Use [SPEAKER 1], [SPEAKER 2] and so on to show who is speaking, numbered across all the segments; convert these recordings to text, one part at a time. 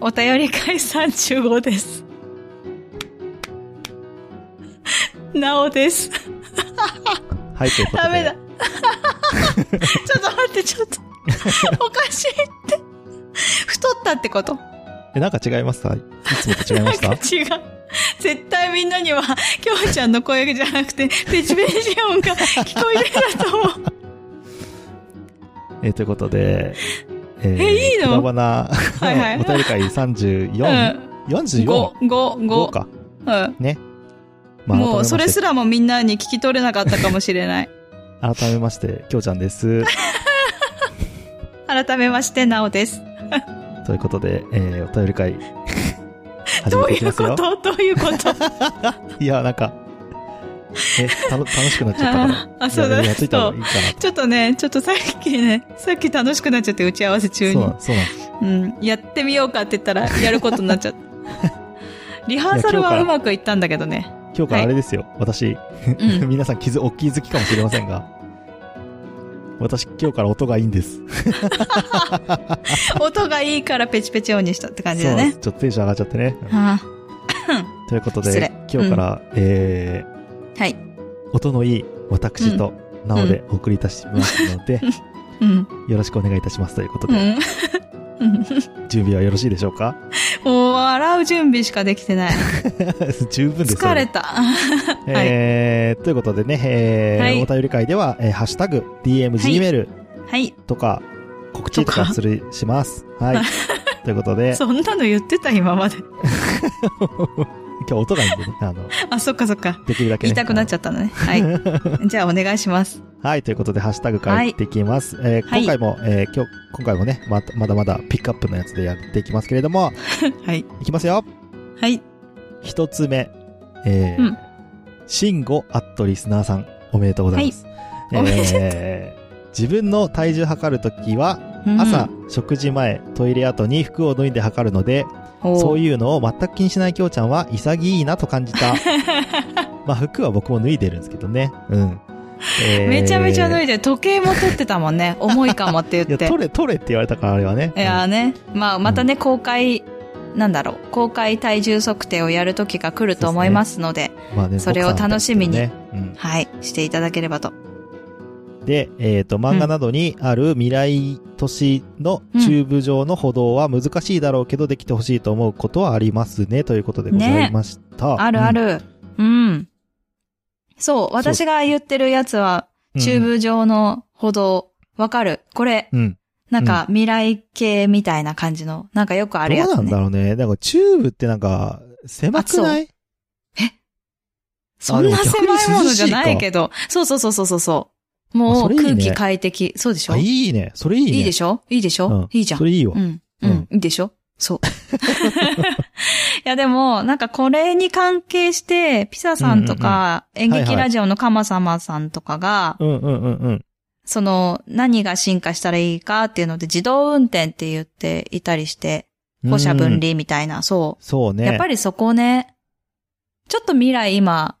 [SPEAKER 1] お便り会35です。なおです。
[SPEAKER 2] はい、ということで。ダメ
[SPEAKER 1] だ。ちょっと待って、ちょっと。おかしいって。太ったってこと
[SPEAKER 2] え、なんか違いましたいつもと違いました
[SPEAKER 1] なんか違う。絶対みんなには、きょうちゃんの声じゃなくて、ペチペチ音が聞こえてたと思う。
[SPEAKER 2] えー、ということで、
[SPEAKER 1] えー、えいいの
[SPEAKER 2] バナ、はいはい、 お便り会34、うん、
[SPEAKER 1] 44?5、5、
[SPEAKER 2] 5か。
[SPEAKER 1] うん。
[SPEAKER 2] ね。
[SPEAKER 1] まあ、もう、それすらもみんなに聞き取れなかったかもしれない。
[SPEAKER 2] 改めまして、きょうちゃんです。
[SPEAKER 1] 改めまして、なおです。
[SPEAKER 2] ということで、えー、お 便り会、
[SPEAKER 1] どういうことどういうこと
[SPEAKER 2] いや、なんか、え、た楽しくなっちゃったから。
[SPEAKER 1] あ、そうだ、ね、
[SPEAKER 2] ちょ
[SPEAKER 1] っとね、ちょっとさっきね、さっき楽しくなっちゃって、打ち合わせ中に。
[SPEAKER 2] そうそう
[SPEAKER 1] うん、やってみようかって言ったら、やることになっちゃった。 リハーサルはうまくいったんだけどね。
[SPEAKER 2] 今日からあれですよ、はい、私、うん、 皆さん傷、お気づきかもしれませんが。私、今日から音がいいんです。
[SPEAKER 1] 音がいいからペチペチ音にしたって感じだね。
[SPEAKER 2] ちょっとテンション上がっちゃってね。ということで、今日から、うん、え
[SPEAKER 1] ー、はい。
[SPEAKER 2] 音のいい私と、なおでお送りいたしますので、
[SPEAKER 1] うん、
[SPEAKER 2] よろしくお願いいたしますということで。うん、準備はよろしいでしょうか
[SPEAKER 1] もう笑う準備しかできてない。
[SPEAKER 2] 十分です
[SPEAKER 1] 疲れた。
[SPEAKER 2] えー、ということでね、えー、はい、お便り会では、えー、ハッシュタグ、DM、Gmail、
[SPEAKER 1] はい、
[SPEAKER 2] とか、告知とかする、します。はい。ということ で。
[SPEAKER 1] そんなの言ってた、今まで。
[SPEAKER 2] 今日音がいいんでね、あの。
[SPEAKER 1] あ、そっかそっか。
[SPEAKER 2] できるだけ、
[SPEAKER 1] ね、言いたくなっちゃったのね。はい。 じゃあ、お願いします。
[SPEAKER 2] はい、ということで、ハッシュタグ書いていきます。はい、えー、今回も、えー、今日、今回もね、ま、まだまだピックアップのやつでやっていきますけれども。
[SPEAKER 1] はい。
[SPEAKER 2] いきますよ。
[SPEAKER 1] はい。
[SPEAKER 2] 一つ目、えー、うん、シンゴアットリスナーさん、おめでとうございます。
[SPEAKER 1] はい、
[SPEAKER 2] えー、自分の体重測るときは、朝、うん、食事前、トイレ後に服を脱いで測るので、そういうのを全く気にしないきょうちゃんは潔いなと感 じた。まあ服は僕も脱いでるんですけどね。うん。
[SPEAKER 1] えー、めちゃめちゃ脱いで、時計も取ってたもん ね。重いかもって言って。
[SPEAKER 2] 取れ、取れって言われたからあれはね。
[SPEAKER 1] いやね。まあまたね、うん、公開、なんだろう、公開体重測定をやる時が来ると思いますので、そ、ね,まあね、それを楽しみに、ねうん、はい、していただければと。
[SPEAKER 2] で、えっ、ー、と、漫画などにある未来都市のチューブ上の歩道は難しいだろうけど、できてほしいと思うことはありますね、ということでございました。ね、
[SPEAKER 1] あるある、うん。うん。そう、私が言ってるやつは、チューブ上の歩道、わ、うん、かる。これ、
[SPEAKER 2] うん、
[SPEAKER 1] なんか未来系みたいな感じの、なんかよくあるやつ、ね、
[SPEAKER 2] どうなんだろうね。なんかチューブってなんか、狭くない
[SPEAKER 1] えそんな狭いものじゃないけど。そうそうそうそうそう。もう空気快適。そうでしょ
[SPEAKER 2] いいね。それいいね。
[SPEAKER 1] いいでしょいいでしょ、いいじゃん。
[SPEAKER 2] それいいわ。
[SPEAKER 1] うん。うん。いいでしょ そう。いやでも、なんかこれに関係して、ピサさんとか、演劇ラジオのカマ様さんとかが、
[SPEAKER 2] うんうんうんうん。。
[SPEAKER 1] その、何が進化したらいいかっていうので、自動運転って言っていたりして、歩車分離みたいな、そう
[SPEAKER 2] そうね。
[SPEAKER 1] やっぱりそこね、ちょっと未来今、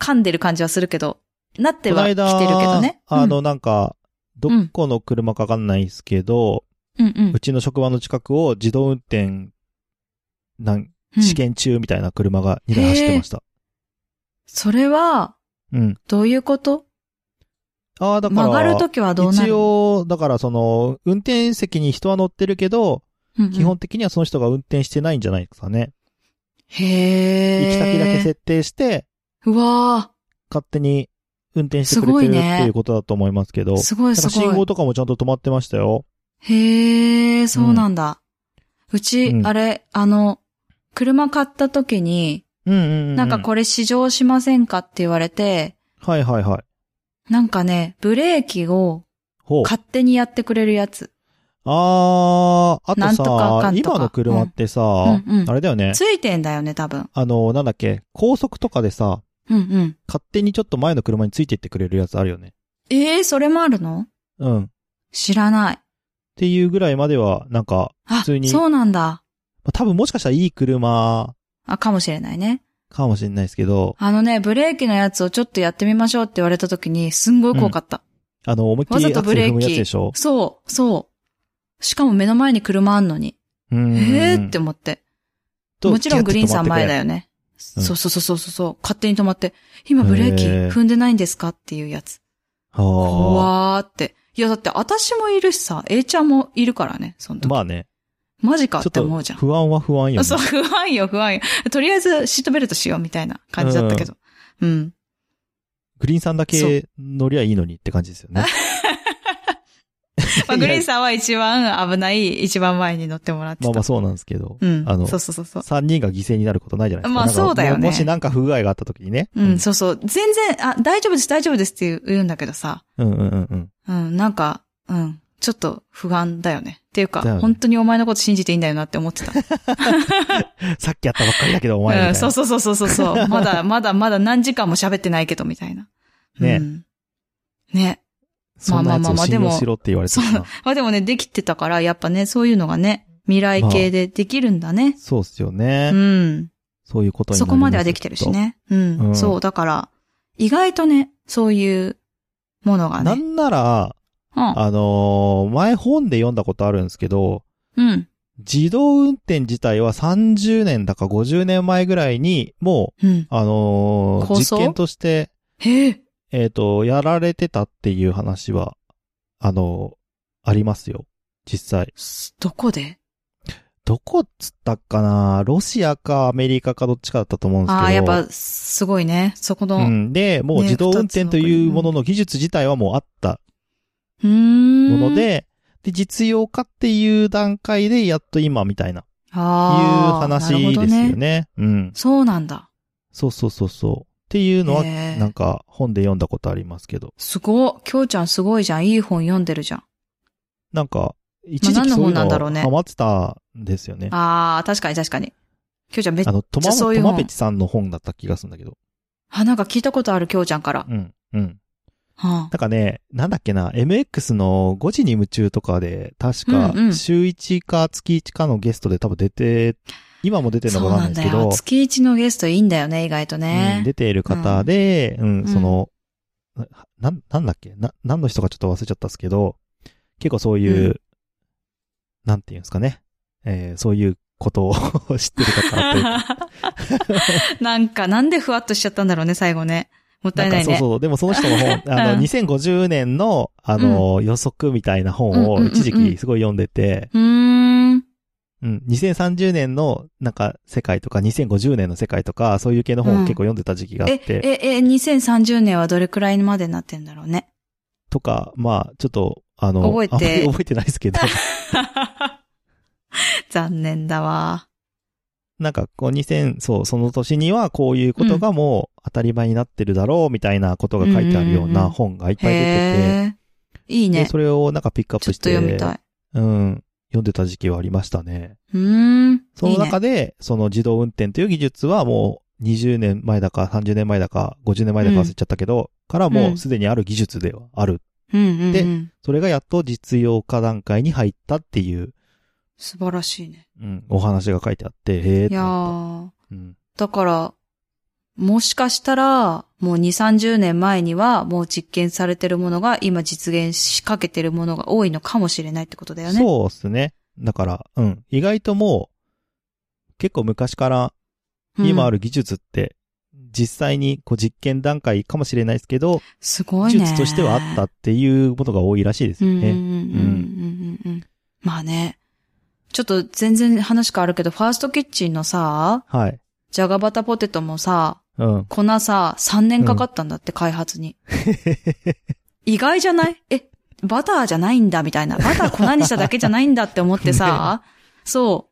[SPEAKER 1] 噛んでる感じはするけど、なっては来てるけどね。
[SPEAKER 2] あの、なんか、どこの車かわかんないですけど、
[SPEAKER 1] うんうん、
[SPEAKER 2] うちの職場の近くを自動運転、なん、試験中みたいな車が2台走ってました。うん、
[SPEAKER 1] それは、
[SPEAKER 2] うん。
[SPEAKER 1] どういうこと、
[SPEAKER 2] うん、ああ、だから、
[SPEAKER 1] 曲がるときはどうなる
[SPEAKER 2] 一応、だからその、運転席に人は乗ってるけど、うんうん、基本的にはその人が運転してないんじゃないですかね。
[SPEAKER 1] へ
[SPEAKER 2] え。行き先だけ設定して、
[SPEAKER 1] うわ
[SPEAKER 2] 勝手に運転してくれてる、ね、っていうことだと思いますけど。
[SPEAKER 1] すごいすごい。
[SPEAKER 2] 信号とかもちゃんと止まってましたよ。
[SPEAKER 1] へえ、そうなんだ。うん、ち、うん、あれ、あの、車買った時に、なんかこれ試乗しませんかって言われて、。
[SPEAKER 2] はいはいはい
[SPEAKER 1] なんかね、ブレーキを勝手にやってくれるやつ。
[SPEAKER 2] あー、あとさ、とかとか今の車ってさ、うんうんうん、あれだよね。
[SPEAKER 1] ついてんだよね、多分。
[SPEAKER 2] あの、なんだっけ、高速とかでさ、
[SPEAKER 1] うんうん、
[SPEAKER 2] 勝手にちょっと前の車についてってくれるやつあるよね。
[SPEAKER 1] ええー、それもあるの
[SPEAKER 2] うん。
[SPEAKER 1] 知らない。
[SPEAKER 2] っていうぐらいまでは、なんか、普通に。
[SPEAKER 1] そうなんだ。
[SPEAKER 2] まあ、多分もしかしたらいい車。
[SPEAKER 1] あ、かもしれないね。
[SPEAKER 2] かもしれないですけど。
[SPEAKER 1] あのね、ブレーキのやつをちょっとやってみましょうって言われた時に、すんごい怖かった。
[SPEAKER 2] うん、あの、思いっきりアクセル踏むやつでしょ
[SPEAKER 1] そう、そう。しかも目の前に車あんのに。
[SPEAKER 2] うん
[SPEAKER 1] えーって思って。もちろんグリーンさん前だ
[SPEAKER 2] よ。
[SPEAKER 1] よね。
[SPEAKER 2] うん
[SPEAKER 1] そうそうそうそうそう。勝手に止まって、今ブレーキ
[SPEAKER 2] へー
[SPEAKER 1] 踏んでないんですかっていうやつ。
[SPEAKER 2] は
[SPEAKER 1] 怖ーって。いやだって私もいるしさ、A ちゃんもいるからね、その
[SPEAKER 2] あ。
[SPEAKER 1] 時。
[SPEAKER 2] まあね。
[SPEAKER 1] マジかっ
[SPEAKER 2] ちょって
[SPEAKER 1] 思
[SPEAKER 2] と
[SPEAKER 1] うじゃん。
[SPEAKER 2] 不安は不安よ、ね。
[SPEAKER 1] そう、不安よ、不安よ。とりあえずシートベルトしようみたいな感じだったけど。うん。
[SPEAKER 2] グリーンさんだけ乗りゃいいのにって感じですよね。
[SPEAKER 1] まあ、グリーンさんは一番危ない、一番前に乗ってもらってた。
[SPEAKER 2] まあまあそうなんですけど。
[SPEAKER 1] うん。
[SPEAKER 2] あの
[SPEAKER 1] そうそうそうそう。
[SPEAKER 2] 3人が犠牲になることないじゃないですか。
[SPEAKER 1] まあ
[SPEAKER 2] なんか
[SPEAKER 1] そうだよね
[SPEAKER 2] ももしなんか不具合があった時にね。
[SPEAKER 1] うん、そうそう。全然、あ、大丈夫です、大丈夫ですって言う言うんだけどさ。
[SPEAKER 2] うんうんうんうん。
[SPEAKER 1] うん、なんか、うん、ちょっと不安だよね。っていうか、
[SPEAKER 2] だよね
[SPEAKER 1] 本当にお前のこと信じていいんだよなって思って た。
[SPEAKER 2] さっきやったばっかりだけど、お前みたいな。
[SPEAKER 1] うん、そうそうそうそうそう そう。まだ、まだ、まだ何時間も喋ってないけど、みたいな。
[SPEAKER 2] ね
[SPEAKER 1] うん、ね。
[SPEAKER 2] そんなやつ
[SPEAKER 1] まあまあまあま
[SPEAKER 2] を
[SPEAKER 1] あで
[SPEAKER 2] 信
[SPEAKER 1] も
[SPEAKER 2] 用しろって言われてるな。
[SPEAKER 1] まあでもね、できてたから、やっぱね、そういうのがね、未来系でできるんだね。
[SPEAKER 2] そうっすよね。
[SPEAKER 1] うん。
[SPEAKER 2] そういうことにな
[SPEAKER 1] そ
[SPEAKER 2] りす
[SPEAKER 1] こまではできてるし。ね。うん。
[SPEAKER 2] うん
[SPEAKER 1] そう、だから、意外とね、そういうもの
[SPEAKER 2] きっ
[SPEAKER 1] が
[SPEAKER 2] とな
[SPEAKER 1] ね。
[SPEAKER 2] んなら、あのー前本で読んだことあるんですけど、
[SPEAKER 1] うん。うん。
[SPEAKER 2] 自動運転自体は30年だか50年前ぐらいに、も
[SPEAKER 1] うん。
[SPEAKER 2] う、あのー
[SPEAKER 1] 構想
[SPEAKER 2] 実験として、
[SPEAKER 1] へえ。
[SPEAKER 2] えっ、と、やられてたっていう話は、あのーありますよ。実際。
[SPEAKER 1] すどこで
[SPEAKER 2] どこっつったかなロシアかアメリカかどっちかだったと思うんですけど。
[SPEAKER 1] ああ、やっぱ、すごいね。そこの、
[SPEAKER 2] う。
[SPEAKER 1] うん
[SPEAKER 2] で、もう
[SPEAKER 1] ね
[SPEAKER 2] 自動運転というものの技術自体はもうあった
[SPEAKER 1] ーん。
[SPEAKER 2] もの、で、で、実用化っていう段階で、やっと今みたいな、いう
[SPEAKER 1] ああ、
[SPEAKER 2] 話
[SPEAKER 1] なる
[SPEAKER 2] で
[SPEAKER 1] ほ
[SPEAKER 2] すよ
[SPEAKER 1] ど
[SPEAKER 2] ね。
[SPEAKER 1] ね。
[SPEAKER 2] うん。
[SPEAKER 1] そうなんだ。
[SPEAKER 2] そうそうそうそう。っていうのは、
[SPEAKER 1] へー
[SPEAKER 2] なんか、本で読んだことありますけど。
[SPEAKER 1] すごい。きょうちゃんすごいじゃん。いい本読んでるじゃん。
[SPEAKER 2] なんか、一時期そ
[SPEAKER 1] まあ
[SPEAKER 2] ういう
[SPEAKER 1] 何の本なん
[SPEAKER 2] の
[SPEAKER 1] だろうね
[SPEAKER 2] ハマってたんですよね。あ
[SPEAKER 1] ああ、確かに確かに。きょうちゃんめっちゃ、
[SPEAKER 2] の、とま、
[SPEAKER 1] そういう
[SPEAKER 2] と
[SPEAKER 1] 本
[SPEAKER 2] まべちさんの本だった気がするんだけど。
[SPEAKER 1] あ、なんか聞いたことあるきょうちゃんから
[SPEAKER 2] う。ん。うん。
[SPEAKER 1] は
[SPEAKER 2] なんかね、なんだっけな、MX の5時に夢中とかで、確か
[SPEAKER 1] うんう、ん
[SPEAKER 2] 週1か月1かのゲストで多分出て、今も出て
[SPEAKER 1] あ、
[SPEAKER 2] るの
[SPEAKER 1] そ
[SPEAKER 2] か
[SPEAKER 1] う
[SPEAKER 2] わかん
[SPEAKER 1] な
[SPEAKER 2] ない
[SPEAKER 1] ん
[SPEAKER 2] です
[SPEAKER 1] だ
[SPEAKER 2] け
[SPEAKER 1] よ。
[SPEAKER 2] ど、
[SPEAKER 1] 月一のゲストいいんだよね、意外と
[SPEAKER 2] う ん、
[SPEAKER 1] ね。
[SPEAKER 2] 出ている方で、うん、
[SPEAKER 1] うん
[SPEAKER 2] その、な、なんだっけな、何の人かちょっと忘れちゃったんですけど、結構そういう、
[SPEAKER 1] う
[SPEAKER 2] なんていうんですかね、えーそういうことを 知ってる方 というか
[SPEAKER 1] なんか、なんでふわっとしちゃったんだろうね、最後ね。もった
[SPEAKER 2] ないん
[SPEAKER 1] な
[SPEAKER 2] か
[SPEAKER 1] い
[SPEAKER 2] そう
[SPEAKER 1] ね。
[SPEAKER 2] そう、でもその人の 本、あ
[SPEAKER 1] うん
[SPEAKER 2] の、2050年の、あの、予測みたいな本
[SPEAKER 1] うんうんうん
[SPEAKER 2] を
[SPEAKER 1] うん
[SPEAKER 2] 一時期すごい読んでて、
[SPEAKER 1] うーん。
[SPEAKER 2] うん、2030年の、なんか、世界とか、2050年の世界とか、そういう系の本を結構読んでた時期があっ
[SPEAKER 1] え、
[SPEAKER 2] て、
[SPEAKER 1] え、え、2030年はどれくらいまでになってんだろうね。
[SPEAKER 2] とか、まあ、ちょっと、あの、
[SPEAKER 1] 覚えて
[SPEAKER 2] あんまり覚えてないですけ ど、
[SPEAKER 1] 残念だわ。
[SPEAKER 2] なんか、こう、2000、そう、その年には、こういうことがもう当たり前になってるだろう、みたいなことが書いてある
[SPEAKER 1] うんう
[SPEAKER 2] よう
[SPEAKER 1] んうん
[SPEAKER 2] な本がいっぱい出て
[SPEAKER 1] へえ。いい
[SPEAKER 2] て、で、
[SPEAKER 1] ね。
[SPEAKER 2] それをなんかピックアッ
[SPEAKER 1] ちょ
[SPEAKER 2] プ
[SPEAKER 1] っ
[SPEAKER 2] し
[SPEAKER 1] と
[SPEAKER 2] て、
[SPEAKER 1] 読みたい。
[SPEAKER 2] うん、読んでた時期はありましたね。
[SPEAKER 1] うーん。
[SPEAKER 2] その中
[SPEAKER 1] い
[SPEAKER 2] で、その自動運転という技術はもう20年前だか30年前だか50年前だか忘れちゃったけど、からもうすでにある技術ではある。
[SPEAKER 1] いね、うんうん、うん。
[SPEAKER 2] それがやっと実用化段階に入ったっていう、
[SPEAKER 1] 素晴らしいね。
[SPEAKER 2] うん、お話が書いてあって、へえ
[SPEAKER 1] い
[SPEAKER 2] と
[SPEAKER 1] や
[SPEAKER 2] 思っ
[SPEAKER 1] ー。
[SPEAKER 2] た。うん。
[SPEAKER 1] だから、もしかしたら、もう2、30年前には、もう実験されてるものが、今実現しかけてるものが多いのかもしれないってことだよね。う。
[SPEAKER 2] そうっすね。だから、うん。意外ともう、結構昔から今あ
[SPEAKER 1] る。
[SPEAKER 2] る技術って、実際にこう実験段階かもしれないですけど、
[SPEAKER 1] すごい
[SPEAKER 2] 技
[SPEAKER 1] ね。
[SPEAKER 2] 術としてはあったっていうものが多いらしいです
[SPEAKER 1] うん
[SPEAKER 2] よ
[SPEAKER 1] うんうん
[SPEAKER 2] ね。
[SPEAKER 1] うんうんうん。まあね。ちょっと全然話変わるけど、ファーストキッチンのさ、
[SPEAKER 2] はい。
[SPEAKER 1] ジャガバタポテトもさ、
[SPEAKER 2] うん。
[SPEAKER 1] 粉さ、3年かかったんだって、開発に。意外じゃないえ、バターじゃないんだ、みたいな。バター粉にしただけじゃないんだって思ってさ、そ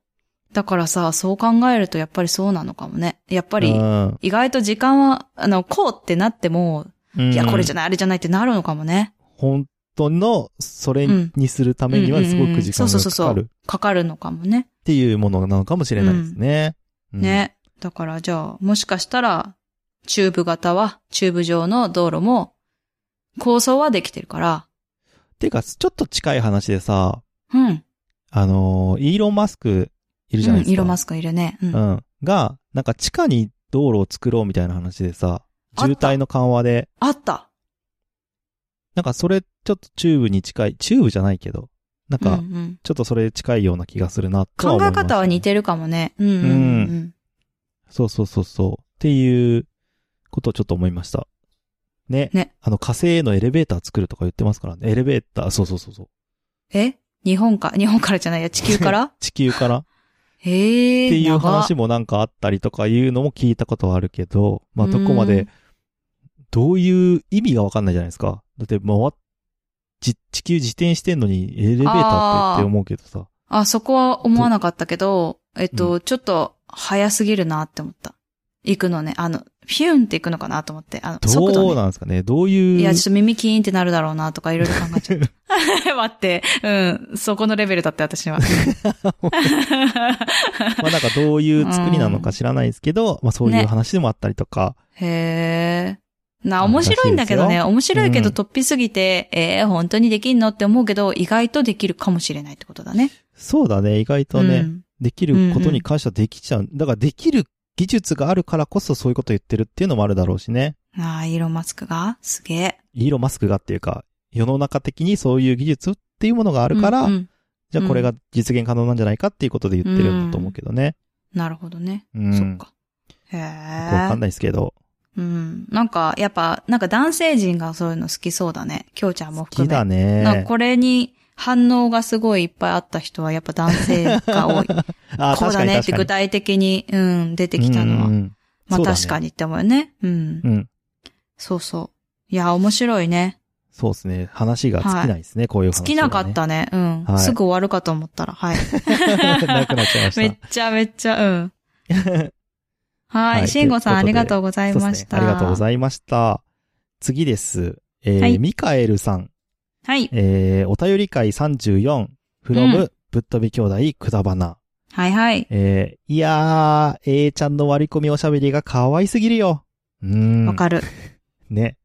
[SPEAKER 1] う。だからさ、そう考えるとやっぱりそうなのかもね。やっぱ
[SPEAKER 2] う
[SPEAKER 1] り、
[SPEAKER 2] ん
[SPEAKER 1] 意外と時間は、あの、こうってなっても、いや、これじゃ
[SPEAKER 2] ゃ
[SPEAKER 1] ない、あれじゃないってなるのかもね。
[SPEAKER 2] 本当の、それ
[SPEAKER 1] うん
[SPEAKER 2] にするためにはすご
[SPEAKER 1] うんうんう
[SPEAKER 2] く時間がかか
[SPEAKER 1] んそうそうそうそ
[SPEAKER 2] る
[SPEAKER 1] うかかるのかもね。
[SPEAKER 2] っていうものなのかもしれないですね。うん。
[SPEAKER 1] ね。だからじゃあ、もしかしたら、チューブ型は、チューブ状の道路も、構想はできてるから、
[SPEAKER 2] ていうか、ちょっと近い話でさ、
[SPEAKER 1] うん。
[SPEAKER 2] あのー、イーロン・マスクいるじゃないです
[SPEAKER 1] うん、イ
[SPEAKER 2] か。
[SPEAKER 1] ーロンマ
[SPEAKER 2] ス
[SPEAKER 1] スクいるね。うん。
[SPEAKER 2] うん。が、なんか地下に道路を作ろうみたいな話でさ、渋滞の緩和で、
[SPEAKER 1] あった。
[SPEAKER 2] なんかそれちょっとチューブに近い、チューブじゃないけど、なん
[SPEAKER 1] うんう
[SPEAKER 2] か、
[SPEAKER 1] ん、
[SPEAKER 2] ちょっとそれ近いような気がするなとは
[SPEAKER 1] 考
[SPEAKER 2] 思い
[SPEAKER 1] え
[SPEAKER 2] ました
[SPEAKER 1] 方は似てるかもね。うんうんうん。
[SPEAKER 2] そうそうそうそう。っていうことをちょっと思いました。ね。
[SPEAKER 1] ね
[SPEAKER 2] あの、火星へのエレベーター作るとか言ってますからね。エレベーター、そうそうそうそう。
[SPEAKER 1] え日本か、 日本からじゃないや、地球から
[SPEAKER 2] 地球から っ
[SPEAKER 1] へえー。
[SPEAKER 2] ていう
[SPEAKER 1] 長
[SPEAKER 2] 話もなんかあったりとかいうのも聞いたことはあるけど、まあ、どこま
[SPEAKER 1] う
[SPEAKER 2] で
[SPEAKER 1] ん、
[SPEAKER 2] どういう意味がわかんないじゃないですか。だって、回っ、じ地球自転してんのにエレベーターってって思うけどさ。
[SPEAKER 1] あ、そこは思わなかったけど、えっと、ちょっと早すぎるなって思った。行くのね。あの、ピューンって行くのかなと思って。あの、速
[SPEAKER 2] どう
[SPEAKER 1] 度、ね。
[SPEAKER 2] なんですかね。どういう。
[SPEAKER 1] いや、ちょっと耳キーンってなるだろうなとかいろいろ考えちゃった。 待って。うん。そこのレベルだって私は。
[SPEAKER 2] まあなんかどういう作りなのか知らないですけど、まあそういう
[SPEAKER 1] ね
[SPEAKER 2] 話でもあったりとか、
[SPEAKER 1] へえ。な、面白いんだけどね。面白いけど突飛すぎて、えー、本当にできんのって思うけど、意外とできるかもしれないってことだね。
[SPEAKER 2] そうだね、意外とね、
[SPEAKER 1] うん
[SPEAKER 2] できることに関してはできちゃう。だからできる技術があるからこそそういうこと言ってるっていうのもあるだろうしね。
[SPEAKER 1] ああ、イーロンマスクがすげえ。
[SPEAKER 2] イーロンマスクがっていうか、世の中的にそういう技術っていうものがあるから、
[SPEAKER 1] うんうん
[SPEAKER 2] じゃあこれが実現可能なんじゃないかっていうことで言ってるんだと思うけどね。
[SPEAKER 1] なるほどね。
[SPEAKER 2] うん。
[SPEAKER 1] そっか。へ
[SPEAKER 2] よくわかん
[SPEAKER 1] え。
[SPEAKER 2] ないですけど、
[SPEAKER 1] うん。なんか、やっぱ、なんか男性陣がそういうの好きそうだね。きょうちゃんも
[SPEAKER 2] 好
[SPEAKER 1] 含
[SPEAKER 2] き
[SPEAKER 1] め。
[SPEAKER 2] だ
[SPEAKER 1] なんか
[SPEAKER 2] ね。
[SPEAKER 1] これに反応がすごいいっぱいあった人は、やっぱ男 性が多い。
[SPEAKER 2] あー
[SPEAKER 1] こうだねって具体的に、うん、出てきたのは。
[SPEAKER 2] うんうん
[SPEAKER 1] まあ
[SPEAKER 2] そうだね
[SPEAKER 1] 確かにって思うよね。うん
[SPEAKER 2] う。ん。
[SPEAKER 1] そうそう。いや、面白いね。
[SPEAKER 2] そうですね。話が尽きないですね、こういう話、
[SPEAKER 1] 尽きなかっ。たね。うん。
[SPEAKER 2] はい
[SPEAKER 1] すぐ終わるかと思ったら。はい。
[SPEAKER 2] なくなっちゃいました。
[SPEAKER 1] めっちゃめっちゃ、 うん。は
[SPEAKER 2] はい
[SPEAKER 1] い。慎吾さんあ
[SPEAKER 2] というこ
[SPEAKER 1] り
[SPEAKER 2] とで
[SPEAKER 1] がとうございました。
[SPEAKER 2] そうですね。ありがとうございました。次です。えー
[SPEAKER 1] はい
[SPEAKER 2] ミカエルさん。
[SPEAKER 1] はい。
[SPEAKER 2] えーお便り会34、from、ぶっ飛び兄弟くだばな。
[SPEAKER 1] はいはい。
[SPEAKER 2] えーいやー、A ちゃんの割り込みおしゃべりが可愛すぎるよ。うーん。
[SPEAKER 1] わかる。
[SPEAKER 2] ね。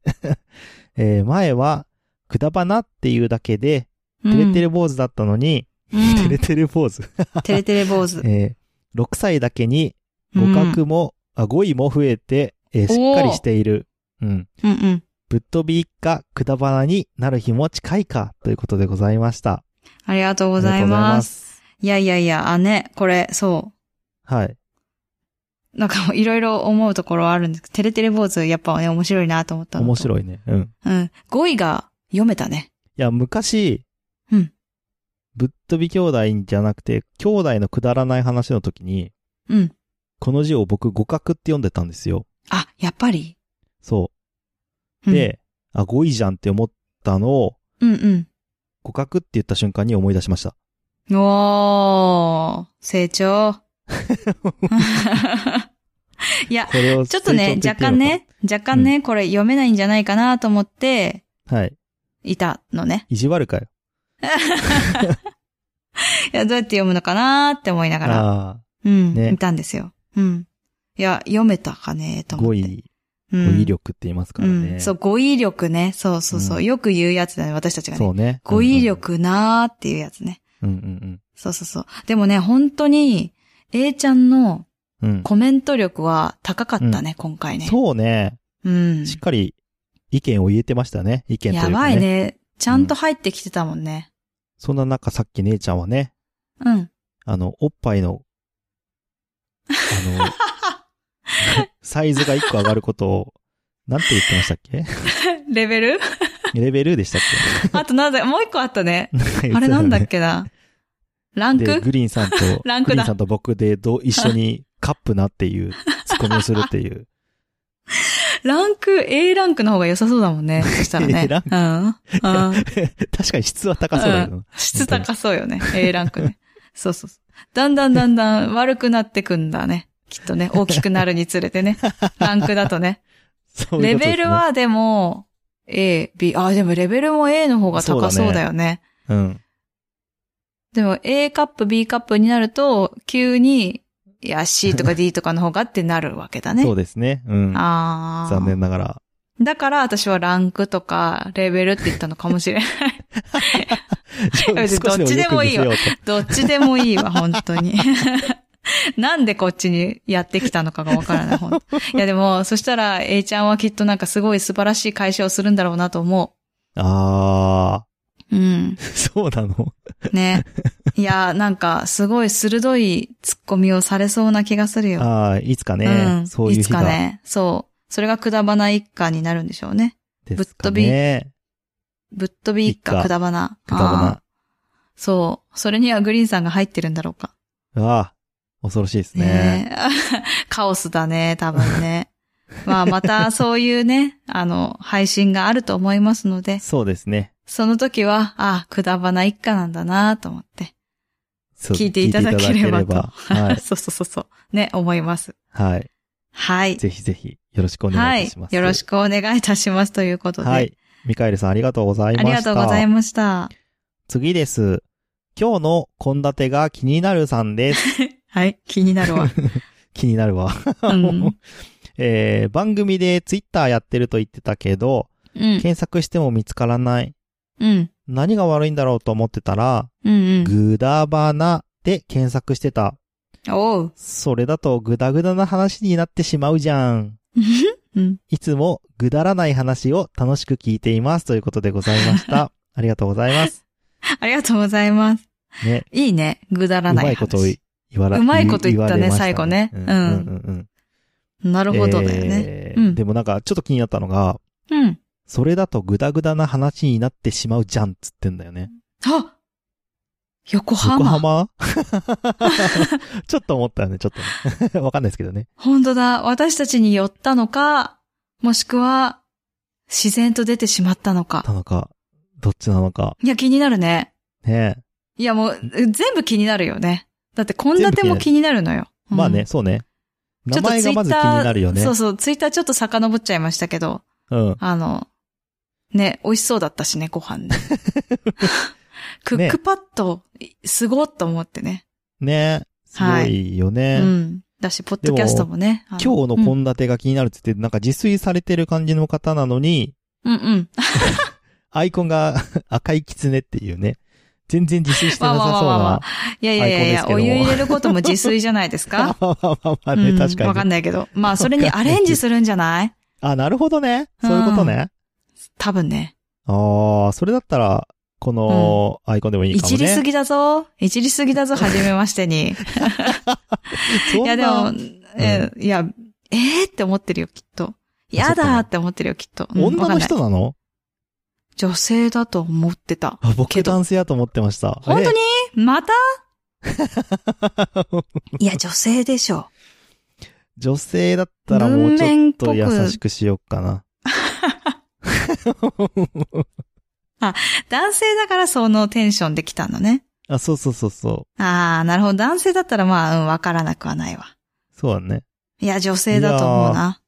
[SPEAKER 2] えー前は、くだばなっていうだけで、
[SPEAKER 1] うん
[SPEAKER 2] てれてれ坊主だったのに、
[SPEAKER 1] うん
[SPEAKER 2] てれてれ 坊主。
[SPEAKER 1] てれてれ坊主。
[SPEAKER 2] えー6歳だけに、
[SPEAKER 1] う
[SPEAKER 2] 互
[SPEAKER 1] ん
[SPEAKER 2] 角も、あ、語彙も増えて、えーしっかりしている。うん。
[SPEAKER 1] うんうん。
[SPEAKER 2] ぶっ飛び一家、くだばなになる日も近いか、ということでございました。
[SPEAKER 1] ありがとうござい
[SPEAKER 2] ありがとうござい
[SPEAKER 1] ま。
[SPEAKER 2] ますす。
[SPEAKER 1] いやいやいや、あね、これ、そ
[SPEAKER 2] はい。
[SPEAKER 1] う。なんかもういろいろ思うところはあるんですけど、てれてれ坊主やっぱね、面白いなと思ったのと。
[SPEAKER 2] 面白いね。うん。
[SPEAKER 1] い。うん。語彙が読めたね。
[SPEAKER 2] いや、昔、
[SPEAKER 1] うん
[SPEAKER 2] ぶっ飛び兄弟じゃなくて、兄弟のくだらない話の時に、
[SPEAKER 1] うん。
[SPEAKER 2] この字を僕、互角って読んでたんですよ。
[SPEAKER 1] あ、やっぱり。
[SPEAKER 2] そ
[SPEAKER 1] うん
[SPEAKER 2] う。、で、あ、語彙じゃんって思ったのを、
[SPEAKER 1] うんうん。
[SPEAKER 2] 互角って言った瞬間に思い出しました。
[SPEAKER 1] おー、成長。いや、
[SPEAKER 2] これ を
[SPEAKER 1] ちょっとね、若
[SPEAKER 2] 成長言っていいのか
[SPEAKER 1] 干。ね、若干ね、これ読めないんじゃないかなと思って、
[SPEAKER 2] はい。
[SPEAKER 1] いたのね。
[SPEAKER 2] 意地悪かよ。
[SPEAKER 1] いや、どうやって読むのかなーって思いながら、
[SPEAKER 2] あ
[SPEAKER 1] うん、
[SPEAKER 2] ね
[SPEAKER 1] 見たんですよ。うん。いや、読めたかねー
[SPEAKER 2] あ、
[SPEAKER 1] と思
[SPEAKER 2] 語
[SPEAKER 1] って。
[SPEAKER 2] 彙、
[SPEAKER 1] う
[SPEAKER 2] 語
[SPEAKER 1] ん、
[SPEAKER 2] 彙力って言いますから
[SPEAKER 1] う
[SPEAKER 2] ね。
[SPEAKER 1] ん。そう、語彙力ね。そうそうそう。
[SPEAKER 2] うん
[SPEAKER 1] よく言うやつだね、私たちが
[SPEAKER 2] そ
[SPEAKER 1] ね。
[SPEAKER 2] うね。
[SPEAKER 1] 語彙力なーっていうやつね。
[SPEAKER 2] うんうん
[SPEAKER 1] そうそうそう。でもね、本当に、A ちゃんの
[SPEAKER 2] うん。うん。
[SPEAKER 1] コメント力は高かったね、今回ね。
[SPEAKER 2] そうね。
[SPEAKER 1] うん。
[SPEAKER 2] しっかり意見を言えてましたね。意見というか、
[SPEAKER 1] や
[SPEAKER 2] ね。
[SPEAKER 1] ばい。ね。ちゃんと入ってきてたもんね。
[SPEAKER 2] そんな中、さっき姉ちゃんはね、
[SPEAKER 1] うん。
[SPEAKER 2] あの、おっぱいの、あの、 サイズが一個上がることを、なんて言ってましたっけ
[SPEAKER 1] レベル
[SPEAKER 2] レベルでしたっ
[SPEAKER 1] あとなんだ、もう一個あったね。
[SPEAKER 2] け
[SPEAKER 1] あれなんだっ
[SPEAKER 2] け
[SPEAKER 1] けな。ラン
[SPEAKER 2] で、グ
[SPEAKER 1] ク
[SPEAKER 2] リーンさんと、
[SPEAKER 1] ランクだ
[SPEAKER 2] グリーンさんと僕でどう一緒にカップなっていう、ツッコミをするっていう。
[SPEAKER 1] ランク、A ランクの方が良さそうだもん ね。そしたらね。
[SPEAKER 2] A ランク
[SPEAKER 1] うん。うん。
[SPEAKER 2] 確かに質は高そうだけどな。
[SPEAKER 1] 質高そうよ ね。A ランクね。そうそうそう。だんだんだんだん悪くなってくんだね。きっとね。大きくなるにつれて ね。ランクだとね。
[SPEAKER 2] そうい
[SPEAKER 1] レ
[SPEAKER 2] うことですね
[SPEAKER 1] ベル、はでも、A、B。あ、でもレベルも A の方が高そうだよね。
[SPEAKER 2] うん。
[SPEAKER 1] でも A カップ、B カップになると、急に、いや、C とか D とかの方がってなるわけだね。
[SPEAKER 2] そうですね。うん。
[SPEAKER 1] ああ。
[SPEAKER 2] 残念ながら。
[SPEAKER 1] だから私はランクとかレベルって言ったのかもしれない。 別に どっちでもいいわ
[SPEAKER 2] 少しよく見せよう
[SPEAKER 1] ど
[SPEAKER 2] と
[SPEAKER 1] っちでもいいわ、本当に。 なんでこっちにやってきたのかがわからない、本当いやでも、そしたら A ちゃんはきっとなんかすごい素晴らしい会社をするんだろうなと思
[SPEAKER 2] あ
[SPEAKER 1] う。うん。うん。
[SPEAKER 2] そうなの
[SPEAKER 1] ね。いやー、なんか、すごい鋭い突っ込みをされそうな気がするよ。
[SPEAKER 2] ああ、いつかね、
[SPEAKER 1] うん。
[SPEAKER 2] そういう
[SPEAKER 1] いつ
[SPEAKER 2] 日が
[SPEAKER 1] かね。そう。それがくだばな一家になるんでしょうね。
[SPEAKER 2] ですかね。
[SPEAKER 1] ぶっ飛び一
[SPEAKER 2] 一
[SPEAKER 1] 家
[SPEAKER 2] 家
[SPEAKER 1] くだばな。
[SPEAKER 2] くだばな
[SPEAKER 1] あーそう。それにはグリーンさんが入ってるんだろうか。
[SPEAKER 2] ああ、恐ろしいですね。
[SPEAKER 1] ねえカオスだね、多分 ね。まあ、またそういうね、あの、配信があると思いますので、
[SPEAKER 2] そうですね。
[SPEAKER 1] その時は、ああ、くだばな一家なんだなと思って。
[SPEAKER 2] そう
[SPEAKER 1] 聞いていただければと
[SPEAKER 2] 聞いてい ただければ
[SPEAKER 1] そうそうそうそう。ね、思います。
[SPEAKER 2] はい。はい。
[SPEAKER 1] はい。
[SPEAKER 2] ぜひぜひ、よろしくお
[SPEAKER 1] は
[SPEAKER 2] 願いいた
[SPEAKER 1] い
[SPEAKER 2] しま。す。
[SPEAKER 1] よろしくお願いいたしますということで。
[SPEAKER 2] はい。ミカエルさん、ありがとうございま
[SPEAKER 1] あ
[SPEAKER 2] した。
[SPEAKER 1] りがとうございました。
[SPEAKER 2] 次です。今日の献立が気になるさ んです。
[SPEAKER 1] はい。気になるわ。
[SPEAKER 2] 気になるわ。
[SPEAKER 1] うん。
[SPEAKER 2] えー、番組でツイッターやってると言ってたけど、
[SPEAKER 1] うん。
[SPEAKER 2] 検索しても見つからない。
[SPEAKER 1] うん。
[SPEAKER 2] 何が悪いんだろうと思ってたら、
[SPEAKER 1] うん。うん。
[SPEAKER 2] グダバナで検索してた。
[SPEAKER 1] おう。
[SPEAKER 2] それだとグダグダな話になってしまうじゃん。
[SPEAKER 1] うん。
[SPEAKER 2] いつもぐだらない話を楽しく聞いていますということでござい ました。ありがとうございます。
[SPEAKER 1] ありがとうございます。
[SPEAKER 2] ね。
[SPEAKER 1] いいね。ぐだら
[SPEAKER 2] う
[SPEAKER 1] ない
[SPEAKER 2] ま
[SPEAKER 1] 話。
[SPEAKER 2] いことを言わら
[SPEAKER 1] うまいこと言ったね
[SPEAKER 2] 言われまし
[SPEAKER 1] 最後ね
[SPEAKER 2] うん
[SPEAKER 1] う
[SPEAKER 2] うんんうん。
[SPEAKER 1] なるほどだよね。
[SPEAKER 2] え
[SPEAKER 1] うん
[SPEAKER 2] でもなんかちょっと気になったのが、
[SPEAKER 1] うん。
[SPEAKER 2] それだとぐだぐだな話になってしまうじゃんっつってんだよね。
[SPEAKER 1] あ横浜。
[SPEAKER 2] 横浜 ちょっと思ったよね、ちょっと ね。わかんないですけどね。
[SPEAKER 1] 本当だ。私たちに寄ったのか、もしくは、自然と出てしまったのか
[SPEAKER 2] 田。中、どっちなのか。
[SPEAKER 1] いや、気になるね。
[SPEAKER 2] ね
[SPEAKER 1] いや、もう、全部気になるよね。だって、献立も気になるのよ。うん
[SPEAKER 2] まあね、、そうね。
[SPEAKER 1] ちょ
[SPEAKER 2] 名
[SPEAKER 1] っと
[SPEAKER 2] 前がまず気になるよ
[SPEAKER 1] Twitter
[SPEAKER 2] ね
[SPEAKER 1] そ。うそう、ツイッターちょっと遡っちゃいましたけど、
[SPEAKER 2] うん。
[SPEAKER 1] あの、ね、美味しそうだったしね、ご 飯ね。クックパッド、すごっと思ってね。
[SPEAKER 2] ねすごいよね。
[SPEAKER 1] うん。だし、ポッドキャストもね。あ
[SPEAKER 2] 今日の
[SPEAKER 1] うん
[SPEAKER 2] 献立が気になるって言って、なんか自炊されてる感じの方なのに、
[SPEAKER 1] うんうん。
[SPEAKER 2] アイコンが 赤い狐っていうね。全然自炊してなさそ
[SPEAKER 1] ま
[SPEAKER 2] う
[SPEAKER 1] あまあまあま
[SPEAKER 2] な。
[SPEAKER 1] いやいやいやいや、
[SPEAKER 2] アイコ
[SPEAKER 1] お
[SPEAKER 2] ンですけども
[SPEAKER 1] 湯入れることも自炊じゃないですか
[SPEAKER 2] まあまあまあまあ
[SPEAKER 1] う
[SPEAKER 2] ね、
[SPEAKER 1] ん
[SPEAKER 2] 確か
[SPEAKER 1] わ
[SPEAKER 2] に
[SPEAKER 1] か
[SPEAKER 2] ね、
[SPEAKER 1] んないけど。まあ、それに
[SPEAKER 2] わか
[SPEAKER 1] ア
[SPEAKER 2] んない
[SPEAKER 1] レンジするんじゃない
[SPEAKER 2] あ、なるほどね。そういうことね。
[SPEAKER 1] 多分ね。
[SPEAKER 2] ああ、それだったら、このアイコンでもいい
[SPEAKER 1] い
[SPEAKER 2] かもね。
[SPEAKER 1] じりすぎだぞ。いじりすぎだぞ、はじめまして に。
[SPEAKER 2] そん
[SPEAKER 1] い
[SPEAKER 2] な
[SPEAKER 1] や、でも、え、いや、えーって思ってるよ、きっと。やだーって思ってるよ、きっと。うん
[SPEAKER 2] 女の人
[SPEAKER 1] わかんない
[SPEAKER 2] なの
[SPEAKER 1] 女性だと思ってた。
[SPEAKER 2] あ僕
[SPEAKER 1] けど
[SPEAKER 2] 男性やと思ってました。
[SPEAKER 1] 本当にまた
[SPEAKER 2] に
[SPEAKER 1] いや、女性でしょ。
[SPEAKER 2] 女性だったらもうちょっと
[SPEAKER 1] 文面っぽく
[SPEAKER 2] 優しくしよっ かな。
[SPEAKER 1] 男性だからそのテンションできたのね。
[SPEAKER 2] あ、そうそうそうそ
[SPEAKER 1] あー、なるほど。男性だったらまあ、うん、わからなくはないわ。
[SPEAKER 2] う。そうだね。
[SPEAKER 1] いや、女性だと思うな。